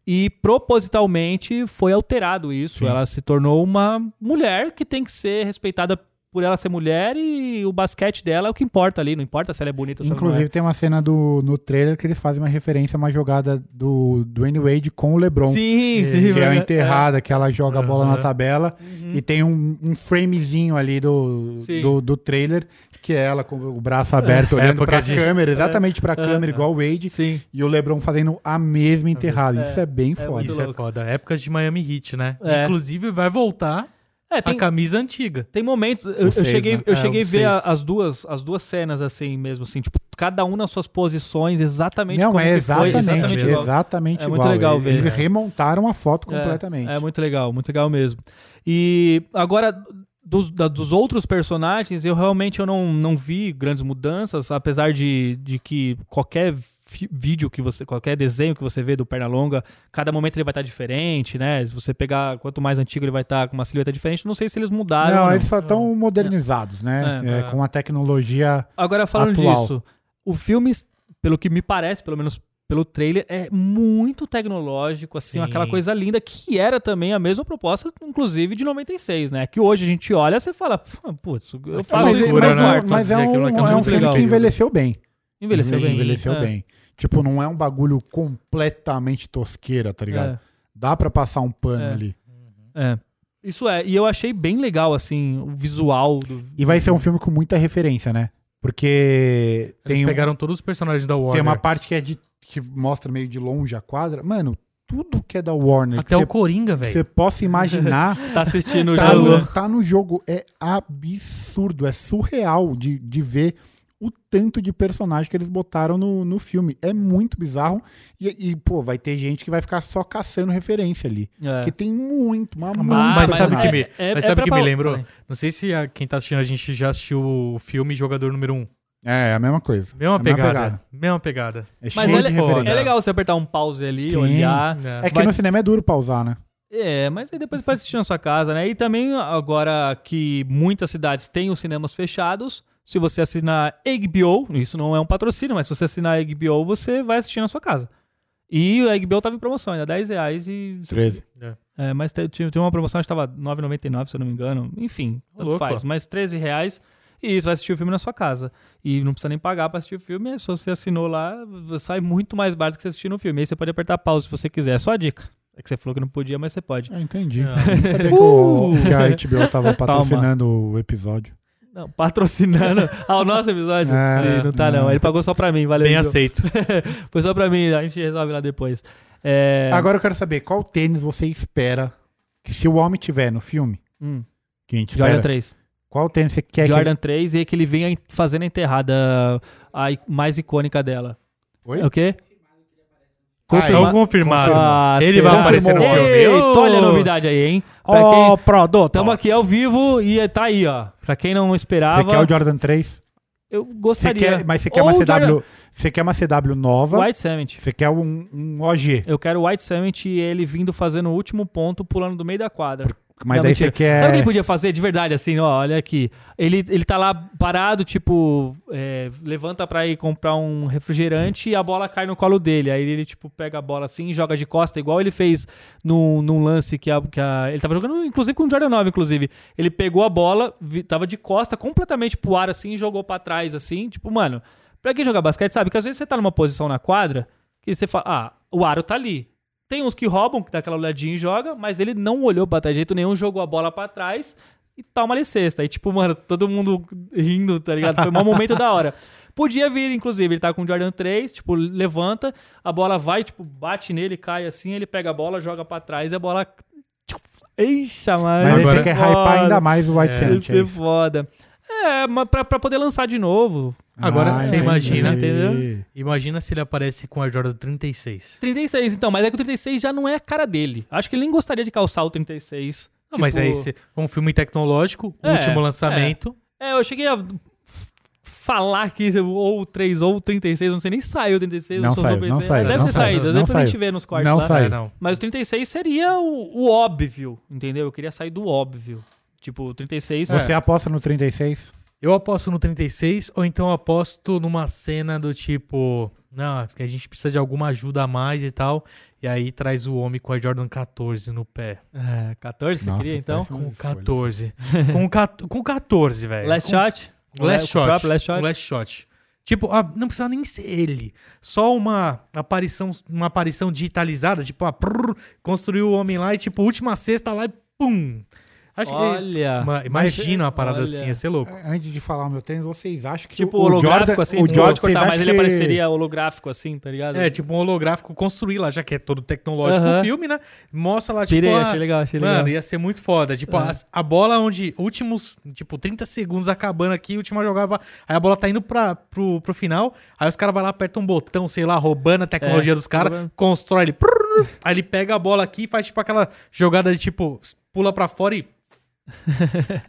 [SPEAKER 1] e propositalmente foi alterado isso.
[SPEAKER 3] Sim.
[SPEAKER 1] Ela se tornou uma mulher que tem que ser respeitada por ela ser mulher e o basquete dela é o que importa ali. Não importa se ela é bonita ou se ela não
[SPEAKER 3] Inclusive tem uma cena do, no trailer que eles fazem uma referência a uma jogada do Dwayne Wade com o LeBron.
[SPEAKER 1] é. Sim, sim.
[SPEAKER 3] Que é a
[SPEAKER 1] verdade.
[SPEAKER 3] enterrada, que ela joga a bola na
[SPEAKER 2] Aham.
[SPEAKER 3] tabela. E tem um, um framezinho ali do,
[SPEAKER 1] Sim. É,
[SPEAKER 3] do, do trailer, que é ela com o braço aberto, olhando
[SPEAKER 2] Época
[SPEAKER 3] pra
[SPEAKER 2] de-
[SPEAKER 3] câmera, exatamente pra câmera, igual o Wade.
[SPEAKER 1] Sim.
[SPEAKER 3] E o LeBron fazendo a mesma enterrada.
[SPEAKER 1] É,
[SPEAKER 3] Isso é bem foda.
[SPEAKER 1] muito
[SPEAKER 2] Isso é
[SPEAKER 1] louco.
[SPEAKER 2] foda. Épocas de Miami Heat, né?
[SPEAKER 1] É.
[SPEAKER 2] Inclusive vai voltar
[SPEAKER 1] É, tem,
[SPEAKER 2] a camisa antiga.
[SPEAKER 1] tem momentos. Eu, eu
[SPEAKER 3] seis,
[SPEAKER 1] cheguei,
[SPEAKER 3] né?
[SPEAKER 1] eu
[SPEAKER 2] É,
[SPEAKER 1] cheguei a
[SPEAKER 2] o
[SPEAKER 1] ver a-
[SPEAKER 2] seis.
[SPEAKER 1] as duas, as duas cenas assim mesmo, assim, tipo, cada um nas suas posições, exatamente
[SPEAKER 3] Não,
[SPEAKER 1] como
[SPEAKER 3] é
[SPEAKER 1] que foi,
[SPEAKER 3] exatamente,
[SPEAKER 1] exatamente
[SPEAKER 3] exatamente
[SPEAKER 1] igual. É
[SPEAKER 3] igual.
[SPEAKER 1] muito legal
[SPEAKER 3] Eles-
[SPEAKER 1] ver,
[SPEAKER 3] Eles
[SPEAKER 1] né?
[SPEAKER 3] remontaram a foto
[SPEAKER 1] É,
[SPEAKER 3] completamente.
[SPEAKER 1] É, muito legal, muito legal mesmo. E agora, dos, da- dos outros personagens, eu realmente eu não, não vi grandes mudanças, apesar de, de que qualquer fi- vídeo que você, qualquer desenho que você vê do Pernalonga, cada momento ele vai estar diferente, né? Se você pegar, quanto mais antigo ele vai estar com uma silhueta diferente, não sei se eles mudaram. ou
[SPEAKER 3] Não,
[SPEAKER 1] não.
[SPEAKER 3] eles só estão modernizados, né?
[SPEAKER 1] É.
[SPEAKER 3] É, com a tecnologia
[SPEAKER 1] Agora falando
[SPEAKER 3] atual.
[SPEAKER 1] disso, o filme, pelo que me parece, pelo menos pelo trailer, é muito tecnológico, assim,
[SPEAKER 2] Sim.
[SPEAKER 1] aquela coisa linda, que era também a mesma proposta, inclusive, de 96, né? Que hoje a gente olha você fala, "Pô, putz, eu
[SPEAKER 2] Fala
[SPEAKER 1] faço
[SPEAKER 3] mas,
[SPEAKER 2] de
[SPEAKER 1] isso
[SPEAKER 3] mas,
[SPEAKER 1] no
[SPEAKER 2] cura, né?
[SPEAKER 1] meu
[SPEAKER 3] mas, é um-
[SPEAKER 1] quarto.
[SPEAKER 2] Faz
[SPEAKER 3] mas é
[SPEAKER 2] aquilo lá que
[SPEAKER 3] um,
[SPEAKER 2] é
[SPEAKER 3] é um
[SPEAKER 1] muito
[SPEAKER 3] filme
[SPEAKER 1] legal.
[SPEAKER 3] que envelheceu bem.
[SPEAKER 1] Envelheceu bem.
[SPEAKER 3] Envelheceu
[SPEAKER 1] É,
[SPEAKER 3] bem. Tipo, não é um bagulho completamente tosqueira, tá ligado?
[SPEAKER 1] é,
[SPEAKER 3] Dá pra passar um pano
[SPEAKER 1] É.
[SPEAKER 3] ali.
[SPEAKER 1] é. Isso é, e eu achei bem legal, assim, o visual do...
[SPEAKER 3] E vai ser um filme com muita referência, né? Porque
[SPEAKER 2] Eles
[SPEAKER 3] tem, um-
[SPEAKER 2] pegaram todos os personagens da Warner.
[SPEAKER 3] tem uma parte que é de que mostra meio de longe a quadra. Mano, tudo que é da Warner.
[SPEAKER 2] Até o
[SPEAKER 3] que
[SPEAKER 2] Coringa,
[SPEAKER 3] você-
[SPEAKER 2] velho.
[SPEAKER 3] você possa imaginar.
[SPEAKER 1] Tá assistindo o
[SPEAKER 3] tá,
[SPEAKER 1] jogo.
[SPEAKER 3] no,
[SPEAKER 1] né?
[SPEAKER 3] tá no jogo. É absurdo, é surreal de, de ver o tanto de personagem que eles botaram no, no filme. É muito bizarro. E, e, pô, vai ter gente que vai ficar só caçando referência ali.
[SPEAKER 1] É.
[SPEAKER 3] Porque tem muito, mas, muito
[SPEAKER 2] mas sabe
[SPEAKER 3] personagem.
[SPEAKER 2] que me- mas sabe
[SPEAKER 1] pra
[SPEAKER 2] o que me
[SPEAKER 1] pau-
[SPEAKER 2] lembrou? Não sei se a- quem tá assistindo a gente já assistiu o filme Jogador Número 1.
[SPEAKER 3] É, é a mesma coisa.
[SPEAKER 2] Mesma
[SPEAKER 3] é a
[SPEAKER 2] pegada. Mesma pegada.
[SPEAKER 3] É
[SPEAKER 1] Mas
[SPEAKER 3] cheio
[SPEAKER 1] é,
[SPEAKER 3] de
[SPEAKER 1] le-
[SPEAKER 3] referência.
[SPEAKER 1] é legal você apertar um pause ali,
[SPEAKER 3] Sim.
[SPEAKER 1] olhar.
[SPEAKER 2] É.
[SPEAKER 3] É que
[SPEAKER 1] Vai-
[SPEAKER 3] no cinema é duro pausar, né?
[SPEAKER 1] É, mas aí depois pode assistir na sua casa, né? E também, agora que muitas cidades têm os cinemas fechados, se você assinar HBO, isso não é um patrocínio, mas se você assinar HBO, você vai assistir na sua casa. E o HBO tava em promoção, ainda 10 reais e...
[SPEAKER 3] 13.
[SPEAKER 1] É, mas te- tinha tinha uma promoção, acho que tava 9,99, se eu não me engano. Enfim, tanto
[SPEAKER 2] Louco,
[SPEAKER 1] faz.
[SPEAKER 2] ó.
[SPEAKER 1] Mas 13 reais e você vai assistir o filme na sua casa. E não precisa nem pagar pra assistir o filme, é só você assinou lá, sai muito mais barato que você assistir no filme. Aí você pode apertar pause se você quiser, é só a dica. É que você falou que não podia, mas você pode.
[SPEAKER 3] É, entendi.
[SPEAKER 2] É. Uh!
[SPEAKER 3] Não sabia que, o- que a HBO tava patrocinando o episódio.
[SPEAKER 1] Não, patrocinando ao nosso episódio.
[SPEAKER 3] É,
[SPEAKER 1] Sim, não tá,
[SPEAKER 3] é.
[SPEAKER 1] não. Ele pagou só pra mim, valeu.
[SPEAKER 2] Bem
[SPEAKER 1] Gil.
[SPEAKER 2] aceito.
[SPEAKER 1] Foi só pra mim, a gente resolve lá depois. É,
[SPEAKER 3] Agora eu quero saber, qual tênis você espera que se o homem tiver no filme,
[SPEAKER 1] hum,
[SPEAKER 3] que a gente
[SPEAKER 1] Jordan
[SPEAKER 3] espera, É
[SPEAKER 1] 3.
[SPEAKER 3] qual tênis você quer
[SPEAKER 1] Jordan 3 e é que ele venha en- fazendo a enterrada a i- mais icônica dela.
[SPEAKER 3] que... Oi?
[SPEAKER 1] É o quê?
[SPEAKER 2] Então confirmado.
[SPEAKER 1] Ah,
[SPEAKER 2] Ele vai
[SPEAKER 1] será?
[SPEAKER 2] aparecer no
[SPEAKER 3] Confirmou.
[SPEAKER 2] filme.
[SPEAKER 1] Eita,
[SPEAKER 2] Ô!
[SPEAKER 1] olha a novidade aí, hein? Pra
[SPEAKER 3] Ó,
[SPEAKER 1] quem-
[SPEAKER 3] oh, produto!
[SPEAKER 1] Tamo aqui ao vivo e tá aí, ó. Pra quem não
[SPEAKER 3] Você
[SPEAKER 1] esperava,
[SPEAKER 3] quer o Jordan 3?
[SPEAKER 1] eu
[SPEAKER 3] Você
[SPEAKER 1] gostaria.
[SPEAKER 3] quer, mas você quer uma
[SPEAKER 1] Ou o
[SPEAKER 3] CW,
[SPEAKER 1] Jordan-
[SPEAKER 3] você quer uma CW nova?
[SPEAKER 1] White Summit.
[SPEAKER 3] Você quer um, um OG?
[SPEAKER 1] Eu quero o White Summit e ele vindo fazendo o último ponto, pulando do meio da quadra.
[SPEAKER 3] Mas
[SPEAKER 1] Não,
[SPEAKER 3] aí
[SPEAKER 1] mentira.
[SPEAKER 3] você quer
[SPEAKER 1] Sabe o que ele podia fazer de verdade, assim, ó, olha aqui. Ele, ele tá lá parado, tipo, é, levanta pra ir comprar um refrigerante e a bola cai no colo dele. Aí ele, tipo, pega a bola assim e joga de costa, igual ele fez num, num lance que a, que a- Ele tava jogando, inclusive, com o Jordan 9, inclusive. Ele pegou a bola, vi- tava de costa completamente pro ar, assim, e jogou pra trás, assim. Tipo, mano, pra quem joga basquete, sabe que às vezes você tá numa posição na quadra que você fala, ah, o aro tá ali. Tem uns que roubam, que dá aquela olhadinha e joga, mas ele não olhou pra trás de jeito nenhum, jogou a bola pra trás e toma ali cesta. Aí, tipo, mano, todo mundo rindo, tá ligado? Foi um momento da hora. Podia vir, inclusive, ele tá com o Jordan 3, tipo, levanta, a bola vai, tipo, bate nele, cai assim, ele pega a bola, joga pra trás e a bola. Eixa, mano.
[SPEAKER 3] Mas aí
[SPEAKER 2] Agora-
[SPEAKER 3] você quer hypar ainda mais o
[SPEAKER 2] É.
[SPEAKER 3] White
[SPEAKER 1] Ia
[SPEAKER 3] Summit. é
[SPEAKER 1] ser
[SPEAKER 3] isso?
[SPEAKER 1] foda. É, mas pra, pra poder lançar de novo.
[SPEAKER 2] Agora
[SPEAKER 3] Ah,
[SPEAKER 2] você
[SPEAKER 3] entendi.
[SPEAKER 2] imagina, Imagina se ele aparece com a Jordan 36.
[SPEAKER 1] 36, então, mas é que o 36 já não é a cara dele. Acho que ele nem gostaria de calçar o 36.
[SPEAKER 2] Não, mas
[SPEAKER 1] Tipo-
[SPEAKER 2] é esse, um filme tecnológico,
[SPEAKER 1] É,
[SPEAKER 2] último lançamento.
[SPEAKER 1] É, eu cheguei a f- falar que ou o 3 ou o 36, não sei nem se saiu o 36. sei
[SPEAKER 3] Não
[SPEAKER 1] se eu
[SPEAKER 3] saiu,
[SPEAKER 1] pensei.
[SPEAKER 3] não saiu,
[SPEAKER 1] Deve
[SPEAKER 2] não
[SPEAKER 1] ter
[SPEAKER 2] saiu,
[SPEAKER 1] saído,
[SPEAKER 3] não
[SPEAKER 1] depois a gente
[SPEAKER 3] saiu.
[SPEAKER 1] vê nos cortes
[SPEAKER 3] Não
[SPEAKER 1] lá. né?
[SPEAKER 3] saiu.
[SPEAKER 2] É, não.
[SPEAKER 1] Mas o 36 seria o, o óbvio, entendeu? Eu queria sair do óbvio. Tipo, o 36...
[SPEAKER 3] Você aposta no 36?
[SPEAKER 2] Eu aposto no 36, ou então eu aposto numa cena do tipo. Não, é porque a gente precisa de alguma ajuda a mais e tal. E aí traz o homem com a Jordan 14 no pé.
[SPEAKER 1] É, 14 você
[SPEAKER 3] Nossa,
[SPEAKER 1] queria, então?
[SPEAKER 3] péssimo.
[SPEAKER 2] Com
[SPEAKER 3] Olha,
[SPEAKER 2] 14. com, ca- com 14, velho.
[SPEAKER 1] Last
[SPEAKER 2] Com-
[SPEAKER 1] shot?
[SPEAKER 2] com É, Last
[SPEAKER 1] Com o
[SPEAKER 2] shot.
[SPEAKER 1] próprio last shot?
[SPEAKER 2] com Last shot. Tipo, ah, não precisa nem ser ele. Só uma aparição, uma aparição digitalizada, tipo, ah, prrr, construiu o homem lá e, tipo, última cesta lá e pum. Acho que-
[SPEAKER 1] Olha...
[SPEAKER 2] Ma- imagina uma parada
[SPEAKER 1] olha.
[SPEAKER 2] assim, ia ser louco.
[SPEAKER 3] Antes de falar o meu tênis, vocês acham que
[SPEAKER 1] Tipo,
[SPEAKER 3] o
[SPEAKER 1] holográfico,
[SPEAKER 3] Jordan,
[SPEAKER 1] assim,
[SPEAKER 3] o
[SPEAKER 1] tipo,
[SPEAKER 3] Jordan, vocês
[SPEAKER 1] cortar mais
[SPEAKER 3] acham
[SPEAKER 1] ele
[SPEAKER 3] que-
[SPEAKER 1] apareceria holográfico, assim, tá ligado?
[SPEAKER 2] É, tipo um holográfico construir lá, já que é todo tecnológico
[SPEAKER 1] Aham.
[SPEAKER 2] o filme, né? Mostra lá, tipo,
[SPEAKER 1] Tirei,
[SPEAKER 2] ah,
[SPEAKER 1] achei legal, achei
[SPEAKER 2] mano,
[SPEAKER 1] legal.
[SPEAKER 2] ia ser muito foda. Tipo,
[SPEAKER 1] É.
[SPEAKER 2] as- a, bola onde últimos, tipo, 30 segundos acabando aqui, última jogada, aí a bola tá indo pra, pro, pro final, aí os caras vão lá, apertam um botão, sei lá, roubando a tecnologia
[SPEAKER 1] É,
[SPEAKER 2] dos caras,
[SPEAKER 1] roubando.
[SPEAKER 2] constrói ele, prrr, aí ele pega a bola aqui e faz, tipo, aquela jogada de, tipo, pula pra fora e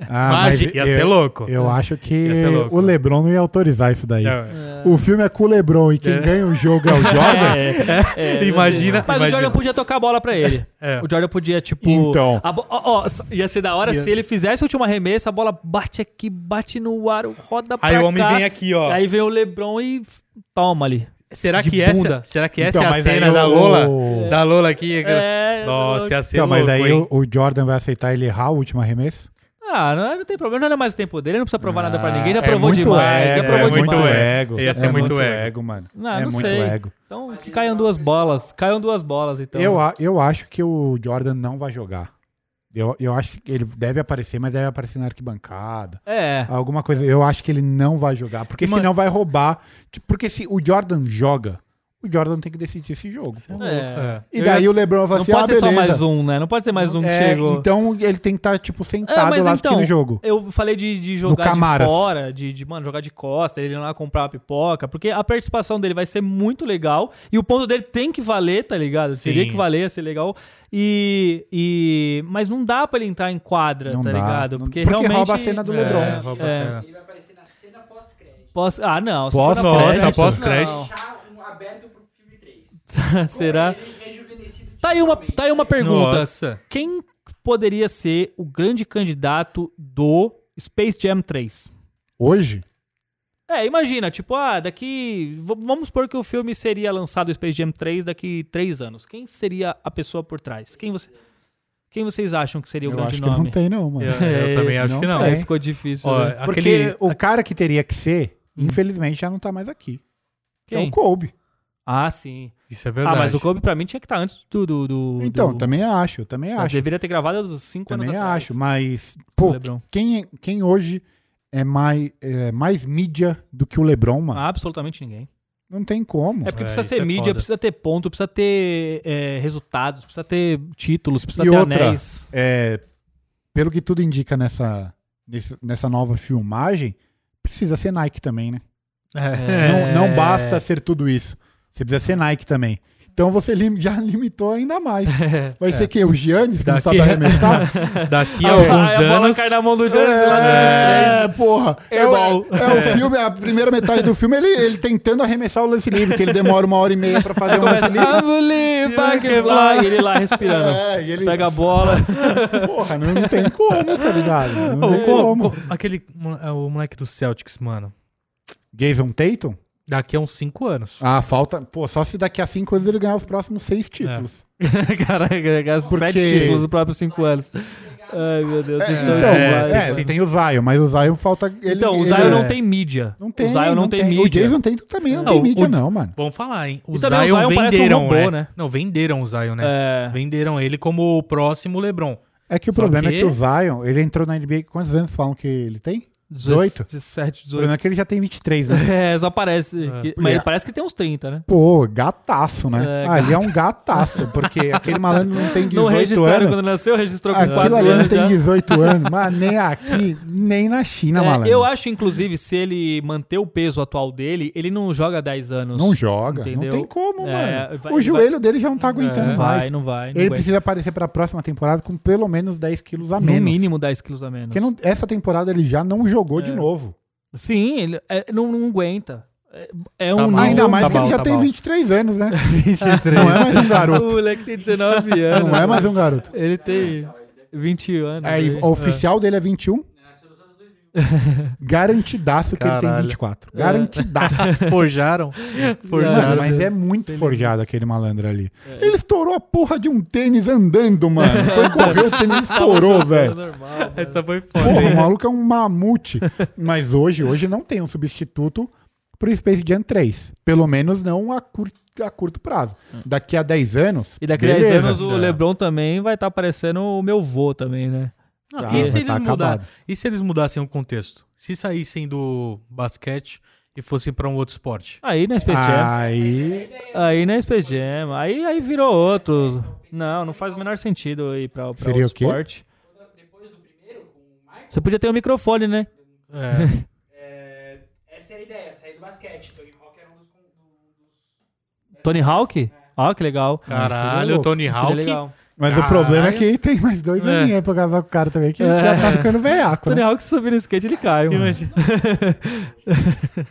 [SPEAKER 3] Ah, mas
[SPEAKER 2] mágica, ia
[SPEAKER 3] eu-
[SPEAKER 2] ser louco.
[SPEAKER 3] Eu acho que
[SPEAKER 2] Ia ser louco.
[SPEAKER 3] o LeBron não ia autorizar isso daí.
[SPEAKER 2] É.
[SPEAKER 3] O filme é com o LeBron e quem ganha o jogo é o Jordan.
[SPEAKER 1] É, é, é,
[SPEAKER 2] Imagina-
[SPEAKER 1] Mas o
[SPEAKER 2] imagina.
[SPEAKER 1] Jordan podia tocar a bola pra ele.
[SPEAKER 2] É.
[SPEAKER 1] O Jordan podia, tipo.
[SPEAKER 3] Então.
[SPEAKER 1] a bo- ó, ó, s- ia ser da hora
[SPEAKER 2] Ia-
[SPEAKER 1] se ele fizesse o último arremesso, a bola bate aqui, bate no ar, roda pra
[SPEAKER 2] Aí o homem
[SPEAKER 1] cá,
[SPEAKER 2] vem aqui, ó.
[SPEAKER 1] Aí vem o Lebron e f- toma ali.
[SPEAKER 2] Será
[SPEAKER 1] de
[SPEAKER 2] que, essa,
[SPEAKER 1] bunda.
[SPEAKER 2] será que essa
[SPEAKER 3] Então,
[SPEAKER 2] é a
[SPEAKER 3] mas aí
[SPEAKER 2] cena
[SPEAKER 3] eu-
[SPEAKER 2] da Lola? Da Lola aqui? cara?
[SPEAKER 1] É,
[SPEAKER 2] Nossa, ia ser
[SPEAKER 3] Então, mas
[SPEAKER 2] louco,
[SPEAKER 3] aí
[SPEAKER 2] hein?
[SPEAKER 3] o, o Jordan vai aceitar ele errar o último arremesso?
[SPEAKER 1] Ah, não, não tem problema, não é mais o tempo dele, não precisa provar nada pra
[SPEAKER 3] Ah,
[SPEAKER 1] ninguém, já
[SPEAKER 2] é
[SPEAKER 1] provou
[SPEAKER 2] muito
[SPEAKER 1] demais.
[SPEAKER 2] ego, é
[SPEAKER 1] já provou
[SPEAKER 2] muito
[SPEAKER 1] demais.
[SPEAKER 2] ego. Ia ser
[SPEAKER 3] é
[SPEAKER 2] muito ego.
[SPEAKER 3] mano.
[SPEAKER 1] Não,
[SPEAKER 3] é
[SPEAKER 1] não
[SPEAKER 3] muito
[SPEAKER 1] sei.
[SPEAKER 3] ego.
[SPEAKER 1] Então, que caiam duas bolas. Caiam duas bolas, então.
[SPEAKER 3] Eu, a- eu acho que o Jordan não vai jogar. Eu, eu acho que ele deve aparecer, mas deve aparecer na arquibancada.
[SPEAKER 1] É.
[SPEAKER 3] Alguma coisa. Eu acho que ele não vai jogar. Porque
[SPEAKER 2] Mano-
[SPEAKER 3] senão vai roubar. Tipo, Porque se o Jordan joga, o Jordan tem que decidir esse jogo.
[SPEAKER 1] É.
[SPEAKER 3] E daí o LeBron vai
[SPEAKER 1] Não
[SPEAKER 3] assim, ah,
[SPEAKER 1] pode ser só
[SPEAKER 3] beleza.
[SPEAKER 1] mais um, né? Não pode ser mais um que
[SPEAKER 3] É,
[SPEAKER 1] chegou.
[SPEAKER 3] Então ele tem que estar, tipo,
[SPEAKER 1] É,
[SPEAKER 3] sentado lá assistindo o jogo.
[SPEAKER 1] eu falei de, de jogar de
[SPEAKER 3] Camaras.
[SPEAKER 1] fora, de, de, mano, jogar de costa, ele ir lá comprar uma pipoca, porque a participação dele vai ser muito legal e o ponto dele tem que valer, tá ligado?
[SPEAKER 2] Sim.
[SPEAKER 1] Teria que valer, ia ser legal. E, e... Mas não dá pra ele entrar em quadra,
[SPEAKER 3] Não
[SPEAKER 1] tá
[SPEAKER 3] dá.
[SPEAKER 1] ligado?
[SPEAKER 3] Não-
[SPEAKER 1] Porque,
[SPEAKER 3] porque
[SPEAKER 1] realmente...
[SPEAKER 3] rouba a cena do LeBron.
[SPEAKER 2] É,
[SPEAKER 1] É,
[SPEAKER 2] rouba
[SPEAKER 1] é.
[SPEAKER 2] a cena.
[SPEAKER 4] Ele vai aparecer na cena pós-crédito.
[SPEAKER 1] Pós- Ah, não. se
[SPEAKER 3] Pós-
[SPEAKER 1] for na
[SPEAKER 2] nossa,
[SPEAKER 1] crédito,
[SPEAKER 2] pós-crédito.
[SPEAKER 1] não.
[SPEAKER 4] Tá um aberto pro filme 3.
[SPEAKER 1] né? Será?
[SPEAKER 4] Ele rejuvenescido
[SPEAKER 1] Tá aí uma, tá aí uma pergunta.
[SPEAKER 2] Nossa.
[SPEAKER 1] Quem poderia ser o grande candidato do Space Jam 3?
[SPEAKER 3] Hoje?
[SPEAKER 1] É, imagina, tipo, ah, daqui. v- Vamos supor que o filme seria lançado o Space Jam 3 daqui três anos. Quem seria a pessoa por trás? Quem, você, quem vocês acham que seria o
[SPEAKER 3] Eu
[SPEAKER 1] grande
[SPEAKER 3] acho que
[SPEAKER 1] nome? É,
[SPEAKER 3] não tem, não, mano.
[SPEAKER 2] Eu, É, eu também acho
[SPEAKER 3] Não
[SPEAKER 2] que não.
[SPEAKER 1] Aí
[SPEAKER 3] tem.
[SPEAKER 1] ficou difícil.
[SPEAKER 2] Ó, é um
[SPEAKER 1] né?
[SPEAKER 3] Porque
[SPEAKER 2] aquele.
[SPEAKER 3] o cara que teria que ser, infelizmente, já não tá mais aqui. Que É
[SPEAKER 1] Hum. Quem?
[SPEAKER 3] o Kobe.
[SPEAKER 1] Ah, sim.
[SPEAKER 2] Isso é verdade.
[SPEAKER 1] Ah, mas o Kobe pra mim tinha que estar antes do. do, do-
[SPEAKER 3] Então,
[SPEAKER 1] do-
[SPEAKER 3] também acho, eu também
[SPEAKER 1] Eu
[SPEAKER 3] acho.
[SPEAKER 1] Deveria ter gravado há uns cinco
[SPEAKER 3] Também
[SPEAKER 1] anos
[SPEAKER 3] acho,
[SPEAKER 1] atrás.
[SPEAKER 3] mas, pô,
[SPEAKER 1] LeBron.
[SPEAKER 3] quem, quem hoje é mais, é mais mídia do que o Lebron, mano?
[SPEAKER 1] Ah, absolutamente ninguém.
[SPEAKER 3] Não tem como.
[SPEAKER 1] É porque
[SPEAKER 2] É,
[SPEAKER 1] precisa
[SPEAKER 2] isso
[SPEAKER 1] ser
[SPEAKER 2] é
[SPEAKER 1] mídia,
[SPEAKER 2] foda.
[SPEAKER 1] precisa ter ponto, precisa ter é, resultados, precisa ter títulos, precisa
[SPEAKER 3] E
[SPEAKER 1] ter
[SPEAKER 3] outra,
[SPEAKER 1] anéis.
[SPEAKER 3] É, pelo que tudo indica nessa, nesse- nessa nova filmagem, precisa ser Nike também, né?
[SPEAKER 2] É.
[SPEAKER 3] Não, não basta ser tudo isso. Você precisa ser Nike também. Então você lim- já limitou ainda mais. Vai
[SPEAKER 1] É.
[SPEAKER 3] ser quem? O Giannis, que não
[SPEAKER 2] Daqui-
[SPEAKER 3] sabe arremessar?
[SPEAKER 2] Daqui
[SPEAKER 3] Ah,
[SPEAKER 2] a
[SPEAKER 3] é.
[SPEAKER 2] alguns
[SPEAKER 1] Aí a bola
[SPEAKER 2] anos.
[SPEAKER 1] cai na mão do Jones lá no
[SPEAKER 3] É, porra. É o,
[SPEAKER 1] Airball.
[SPEAKER 3] é o filme, a primeira metade do filme, ele, ele tentando arremessar o lance livre, que ele demora uma hora e meia pra fazer
[SPEAKER 1] Aí
[SPEAKER 3] o lance
[SPEAKER 1] começa,
[SPEAKER 3] livre.
[SPEAKER 1] I believe I can
[SPEAKER 3] fly."
[SPEAKER 1] fly. E ele lá respirando.
[SPEAKER 3] É, e ele,
[SPEAKER 1] Pega a bola.
[SPEAKER 3] porra, não, não tem como, tá ligado? Não
[SPEAKER 2] Ô,
[SPEAKER 3] tem
[SPEAKER 2] co-
[SPEAKER 3] como.
[SPEAKER 2] co- aquele. mo- é, O moleque do Celtics, mano.
[SPEAKER 3] Jason Tatum?
[SPEAKER 2] Daqui a uns 5 anos.
[SPEAKER 3] Ah, falta... Pô, só se daqui a cinco anos ele ganhar os próximos seis títulos.
[SPEAKER 1] Caraca, gastou
[SPEAKER 3] Porque-
[SPEAKER 1] é sete títulos nos próprios cinco anos. Ai, meu Deus. vocês são
[SPEAKER 3] Então,
[SPEAKER 1] demais,
[SPEAKER 3] é,
[SPEAKER 1] mano.
[SPEAKER 2] sim.
[SPEAKER 3] tem o Zion, mas o Zion falta... Ele,
[SPEAKER 1] então o
[SPEAKER 3] ele-
[SPEAKER 1] Zion não
[SPEAKER 2] é.
[SPEAKER 1] tem mídia.
[SPEAKER 3] Não tem,
[SPEAKER 1] o Zion não, tem, mídia.
[SPEAKER 3] O Jason Tatum também não,
[SPEAKER 1] Não,
[SPEAKER 3] tem
[SPEAKER 1] o-
[SPEAKER 3] mídia,
[SPEAKER 1] o-
[SPEAKER 3] não, mano.
[SPEAKER 2] Bom falar, hein? O
[SPEAKER 1] E também o
[SPEAKER 2] Zion,
[SPEAKER 1] Zion parece um
[SPEAKER 2] venderam,
[SPEAKER 1] robô,
[SPEAKER 2] né?
[SPEAKER 1] né?
[SPEAKER 2] Não, venderam o Zion, né?
[SPEAKER 1] É.
[SPEAKER 2] Venderam ele como o próximo LeBron.
[SPEAKER 3] É que o
[SPEAKER 2] Só
[SPEAKER 3] problema
[SPEAKER 2] que-
[SPEAKER 3] é que o Zion, ele entrou na NBA... Quantos anos falam que ele tem? 18?
[SPEAKER 1] 17,
[SPEAKER 3] O
[SPEAKER 1] 18.
[SPEAKER 3] problema é que ele já tem 23, né?
[SPEAKER 1] É, só parece. que- mas
[SPEAKER 3] Yeah.
[SPEAKER 1] parece que tem uns 30, né?
[SPEAKER 3] Pô, gataço, né?
[SPEAKER 1] É,
[SPEAKER 3] ah, ele é um gataço, porque aquele malandro não tem
[SPEAKER 1] Não
[SPEAKER 3] 18
[SPEAKER 1] registraram
[SPEAKER 3] anos.
[SPEAKER 1] quando nasceu, registrou com
[SPEAKER 3] Aquilo
[SPEAKER 1] 4
[SPEAKER 3] ali não
[SPEAKER 1] anos. né? já.
[SPEAKER 3] tem 18 anos, mas nem aqui, nem na China,
[SPEAKER 1] É,
[SPEAKER 3] malandro.
[SPEAKER 1] eu acho, inclusive, se ele manter o peso atual dele, ele não joga 10 anos.
[SPEAKER 3] Não joga,
[SPEAKER 1] Entendeu?
[SPEAKER 3] não tem como,
[SPEAKER 1] É,
[SPEAKER 3] mano.
[SPEAKER 1] vai-
[SPEAKER 3] o joelho dele já não tá aguentando
[SPEAKER 1] Não
[SPEAKER 3] mais.
[SPEAKER 1] vai, não vai. Não
[SPEAKER 3] ele
[SPEAKER 1] aguenta.
[SPEAKER 3] precisa aparecer pra próxima temporada com pelo menos 10 quilos a
[SPEAKER 1] no
[SPEAKER 3] menos.
[SPEAKER 1] mínimo 10 quilos a menos. É.
[SPEAKER 3] Porque não- essa temporada ele já não jogou de novo.
[SPEAKER 1] Sim, ele é, não, não aguenta. É, é
[SPEAKER 2] Tá
[SPEAKER 1] um
[SPEAKER 2] mal,
[SPEAKER 1] nível-
[SPEAKER 3] Ainda mais
[SPEAKER 2] tá
[SPEAKER 3] que ele
[SPEAKER 2] mal,
[SPEAKER 3] já
[SPEAKER 2] tá
[SPEAKER 3] tem
[SPEAKER 2] mal.
[SPEAKER 3] 23 anos, né?
[SPEAKER 1] 23.
[SPEAKER 3] Não é mais um garoto.
[SPEAKER 1] O moleque tem 19 anos.
[SPEAKER 3] Não é mais um garoto.
[SPEAKER 1] Ele tem 20 anos.
[SPEAKER 3] É, e
[SPEAKER 1] né?
[SPEAKER 3] o oficial dele é 21. Garantidaço que ele tem
[SPEAKER 2] Caralho.
[SPEAKER 3] 24. Garantidaço.
[SPEAKER 2] Forjaram.
[SPEAKER 3] Mano,
[SPEAKER 1] Cara,
[SPEAKER 2] Forjaram.
[SPEAKER 3] mas é muito forjado aquele malandro ali. Ele estourou a porra de um tênis andando, mano. Foi correr, o tênis estourou, velho.
[SPEAKER 1] É. normal. mano.
[SPEAKER 2] Essa foi foda,
[SPEAKER 3] Porra, o
[SPEAKER 2] hein?
[SPEAKER 3] maluco é um mamute. Mas hoje, hoje não tem um substituto pro Space Jam 3. Pelo menos não a curto, a curto prazo. Daqui a 10 anos.
[SPEAKER 1] E daqui a 10
[SPEAKER 3] beleza.
[SPEAKER 1] anos o
[SPEAKER 2] É.
[SPEAKER 1] LeBron também vai estar parecendo o meu vô também, né?
[SPEAKER 2] Não,
[SPEAKER 3] Ah,
[SPEAKER 2] e, se
[SPEAKER 3] vai
[SPEAKER 2] eles
[SPEAKER 3] tá
[SPEAKER 2] muda-
[SPEAKER 3] acabado.
[SPEAKER 2] e se eles mudassem o contexto? Se saíssem do basquete e fossem pra um outro esporte?
[SPEAKER 1] Aí na Space
[SPEAKER 3] Ah.
[SPEAKER 1] Jam.
[SPEAKER 3] Aí.
[SPEAKER 1] Aí na Space Jam. Aí, aí virou outro. Não, não faz o menor sentido ir pra, pra
[SPEAKER 3] Seria
[SPEAKER 1] outro
[SPEAKER 3] o quê?
[SPEAKER 1] esporte. Você podia ter um microfone, né?
[SPEAKER 2] É.
[SPEAKER 4] É, essa era a ideia, sair do basquete. Tony Hawk era um dos. con- do- dos-
[SPEAKER 1] Tony Hawk? Ó, que legal.
[SPEAKER 2] Caralho,
[SPEAKER 3] louco.
[SPEAKER 2] Tony
[SPEAKER 1] Seria
[SPEAKER 2] Hawk.
[SPEAKER 1] legal.
[SPEAKER 3] Mas o
[SPEAKER 2] Caralho.
[SPEAKER 3] problema é que tem mais dois
[SPEAKER 2] É.
[SPEAKER 3] aninhos aí pra gravar com o cara também, que ele
[SPEAKER 1] É.
[SPEAKER 3] já tá ficando veiaco.
[SPEAKER 1] Tony
[SPEAKER 3] Né?
[SPEAKER 1] Hawk se subir no skate, ele cai, mano.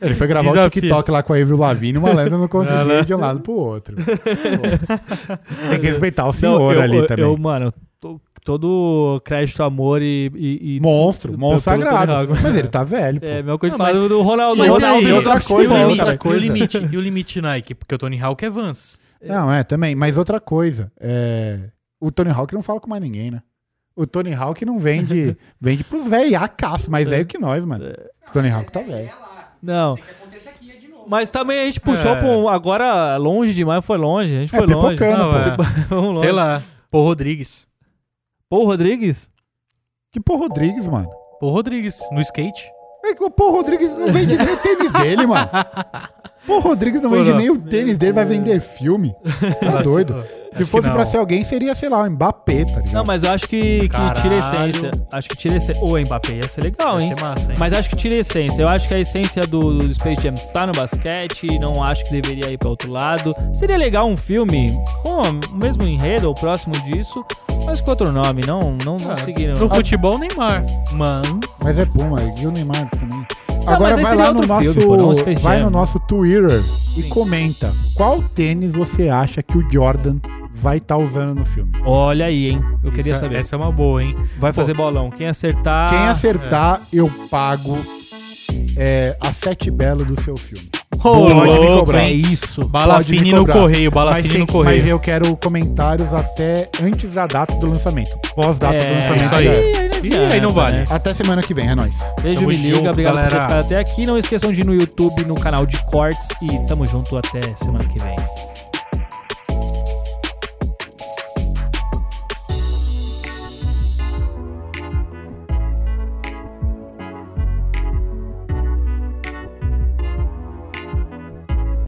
[SPEAKER 3] Ele foi gravar o
[SPEAKER 2] Desafio.
[SPEAKER 3] TikTok lá com a Avril Lavigne, o malandro não conseguia ir de um lado pro outro. Pô, Tem que respeitar o
[SPEAKER 1] Não,
[SPEAKER 3] senhor
[SPEAKER 1] eu-
[SPEAKER 3] ali
[SPEAKER 1] eu-
[SPEAKER 3] também.
[SPEAKER 1] Eu, mano, to- todo crédito, amor e. e, e-
[SPEAKER 3] Monstro, monstro
[SPEAKER 1] pelo Tony
[SPEAKER 3] sagrado.
[SPEAKER 1] Hawk.
[SPEAKER 3] Mas ele tá velho. pô.
[SPEAKER 1] É, a mesma coisa
[SPEAKER 2] Não, mas-
[SPEAKER 1] falando do Ronaldo.
[SPEAKER 2] Mas e
[SPEAKER 1] Ronaldo
[SPEAKER 2] aí?
[SPEAKER 1] é
[SPEAKER 3] outra
[SPEAKER 2] e
[SPEAKER 3] coisa,
[SPEAKER 2] o
[SPEAKER 3] outra
[SPEAKER 2] limite, E
[SPEAKER 3] coisa.
[SPEAKER 2] o limite, e o limite Nike? Porque o Tony Hawk é Vans.
[SPEAKER 3] Não, é, também. Mas outra coisa, é, o Tony Hawk não fala com mais ninguém, né? O Tony Hawk não vende. vende pros velhos, caço,
[SPEAKER 1] É.
[SPEAKER 3] mais velho que nós, mano. O Tony Hawk tá
[SPEAKER 4] Essa
[SPEAKER 3] velho.
[SPEAKER 4] ideia lá.
[SPEAKER 1] Não.
[SPEAKER 4] O que acontece aqui é de novo.
[SPEAKER 1] Mas também a gente puxou
[SPEAKER 2] É.
[SPEAKER 1] pra um. Agora, longe demais, foi longe. A gente
[SPEAKER 3] É,
[SPEAKER 1] foi longe.
[SPEAKER 3] pipocando,
[SPEAKER 2] Não,
[SPEAKER 3] pô.
[SPEAKER 2] é.
[SPEAKER 1] Vamos longe.
[SPEAKER 2] Sei lá. Paul Rodrigues.
[SPEAKER 1] Paul Rodrigues?
[SPEAKER 3] Que Paul Rodrigues, mano.
[SPEAKER 2] Paul Rodrigues, no skate.
[SPEAKER 3] É que o Paul Rodrigues não vende nem tênis dele, mano. Pô, o Rodrigues não
[SPEAKER 2] Pô,
[SPEAKER 3] vende
[SPEAKER 2] não.
[SPEAKER 3] nem o tênis dele, vai vender filme. Tá
[SPEAKER 2] Nossa,
[SPEAKER 3] doido.
[SPEAKER 2] acho
[SPEAKER 3] Se
[SPEAKER 2] que
[SPEAKER 3] fosse
[SPEAKER 2] assim, não.
[SPEAKER 3] pra ser alguém, seria, sei lá, o Mbappé, tá ligado?
[SPEAKER 1] Não, mas eu acho que, que tira a
[SPEAKER 2] Caralho.
[SPEAKER 1] essência. Acho que tira a essência. Ô, Mbappé, ia ser legal,
[SPEAKER 2] Ia
[SPEAKER 1] hein?
[SPEAKER 2] ser massa, hein?
[SPEAKER 1] Mas acho que tira a essência. Eu acho que a essência do, do Space Jam tá no basquete. Não acho que deveria ir pra outro lado. Seria legal um filme com o mesmo enredo ou próximo disso, mas com outro nome. Não, não,
[SPEAKER 2] Ah,
[SPEAKER 1] não seguiram.
[SPEAKER 2] No futebol, Neymar. Mas.
[SPEAKER 3] Mas é bom, aí. E o Neymar também.
[SPEAKER 1] Ah, mas
[SPEAKER 3] Agora
[SPEAKER 1] aí
[SPEAKER 3] vai
[SPEAKER 1] seria
[SPEAKER 3] lá no
[SPEAKER 1] outro
[SPEAKER 3] nosso,
[SPEAKER 1] filme, pô, não é Space Jam.
[SPEAKER 3] vai no nosso Twitter e comenta qual tênis você acha que o Jordan vai estar usando no filme.
[SPEAKER 1] Olha aí, hein? Eu queria
[SPEAKER 2] Essa-
[SPEAKER 1] saber.
[SPEAKER 2] Essa é uma boa, hein?
[SPEAKER 1] Vai fazer bolão. Quem acertar.
[SPEAKER 3] Quem acertar, eu pago é, a sete belo do seu filme.
[SPEAKER 2] Ô,
[SPEAKER 3] Pode me
[SPEAKER 2] louco,
[SPEAKER 3] cobrar.
[SPEAKER 1] É
[SPEAKER 2] hein?
[SPEAKER 1] isso.
[SPEAKER 3] Pode me
[SPEAKER 2] Balafine no
[SPEAKER 3] cobrar.
[SPEAKER 2] correio,
[SPEAKER 3] Mas,
[SPEAKER 2] balafine
[SPEAKER 3] tem
[SPEAKER 2] no
[SPEAKER 3] que- mas
[SPEAKER 2] correio.
[SPEAKER 3] eu quero comentários até antes da data do lançamento. Pós-data do
[SPEAKER 1] É,
[SPEAKER 3] lançamento.
[SPEAKER 2] isso aí.
[SPEAKER 3] já é.
[SPEAKER 2] Ih, aí não
[SPEAKER 1] adianta,
[SPEAKER 2] vale.
[SPEAKER 1] né?
[SPEAKER 3] Até semana que vem, é nóis.
[SPEAKER 1] Beijo,
[SPEAKER 2] Tamo
[SPEAKER 1] me liga.
[SPEAKER 2] junto,
[SPEAKER 1] Obrigado por ter
[SPEAKER 2] galera.
[SPEAKER 1] ficado até aqui. Não esqueçam de ir no YouTube, no canal de cortes. E tamo junto até semana que vem.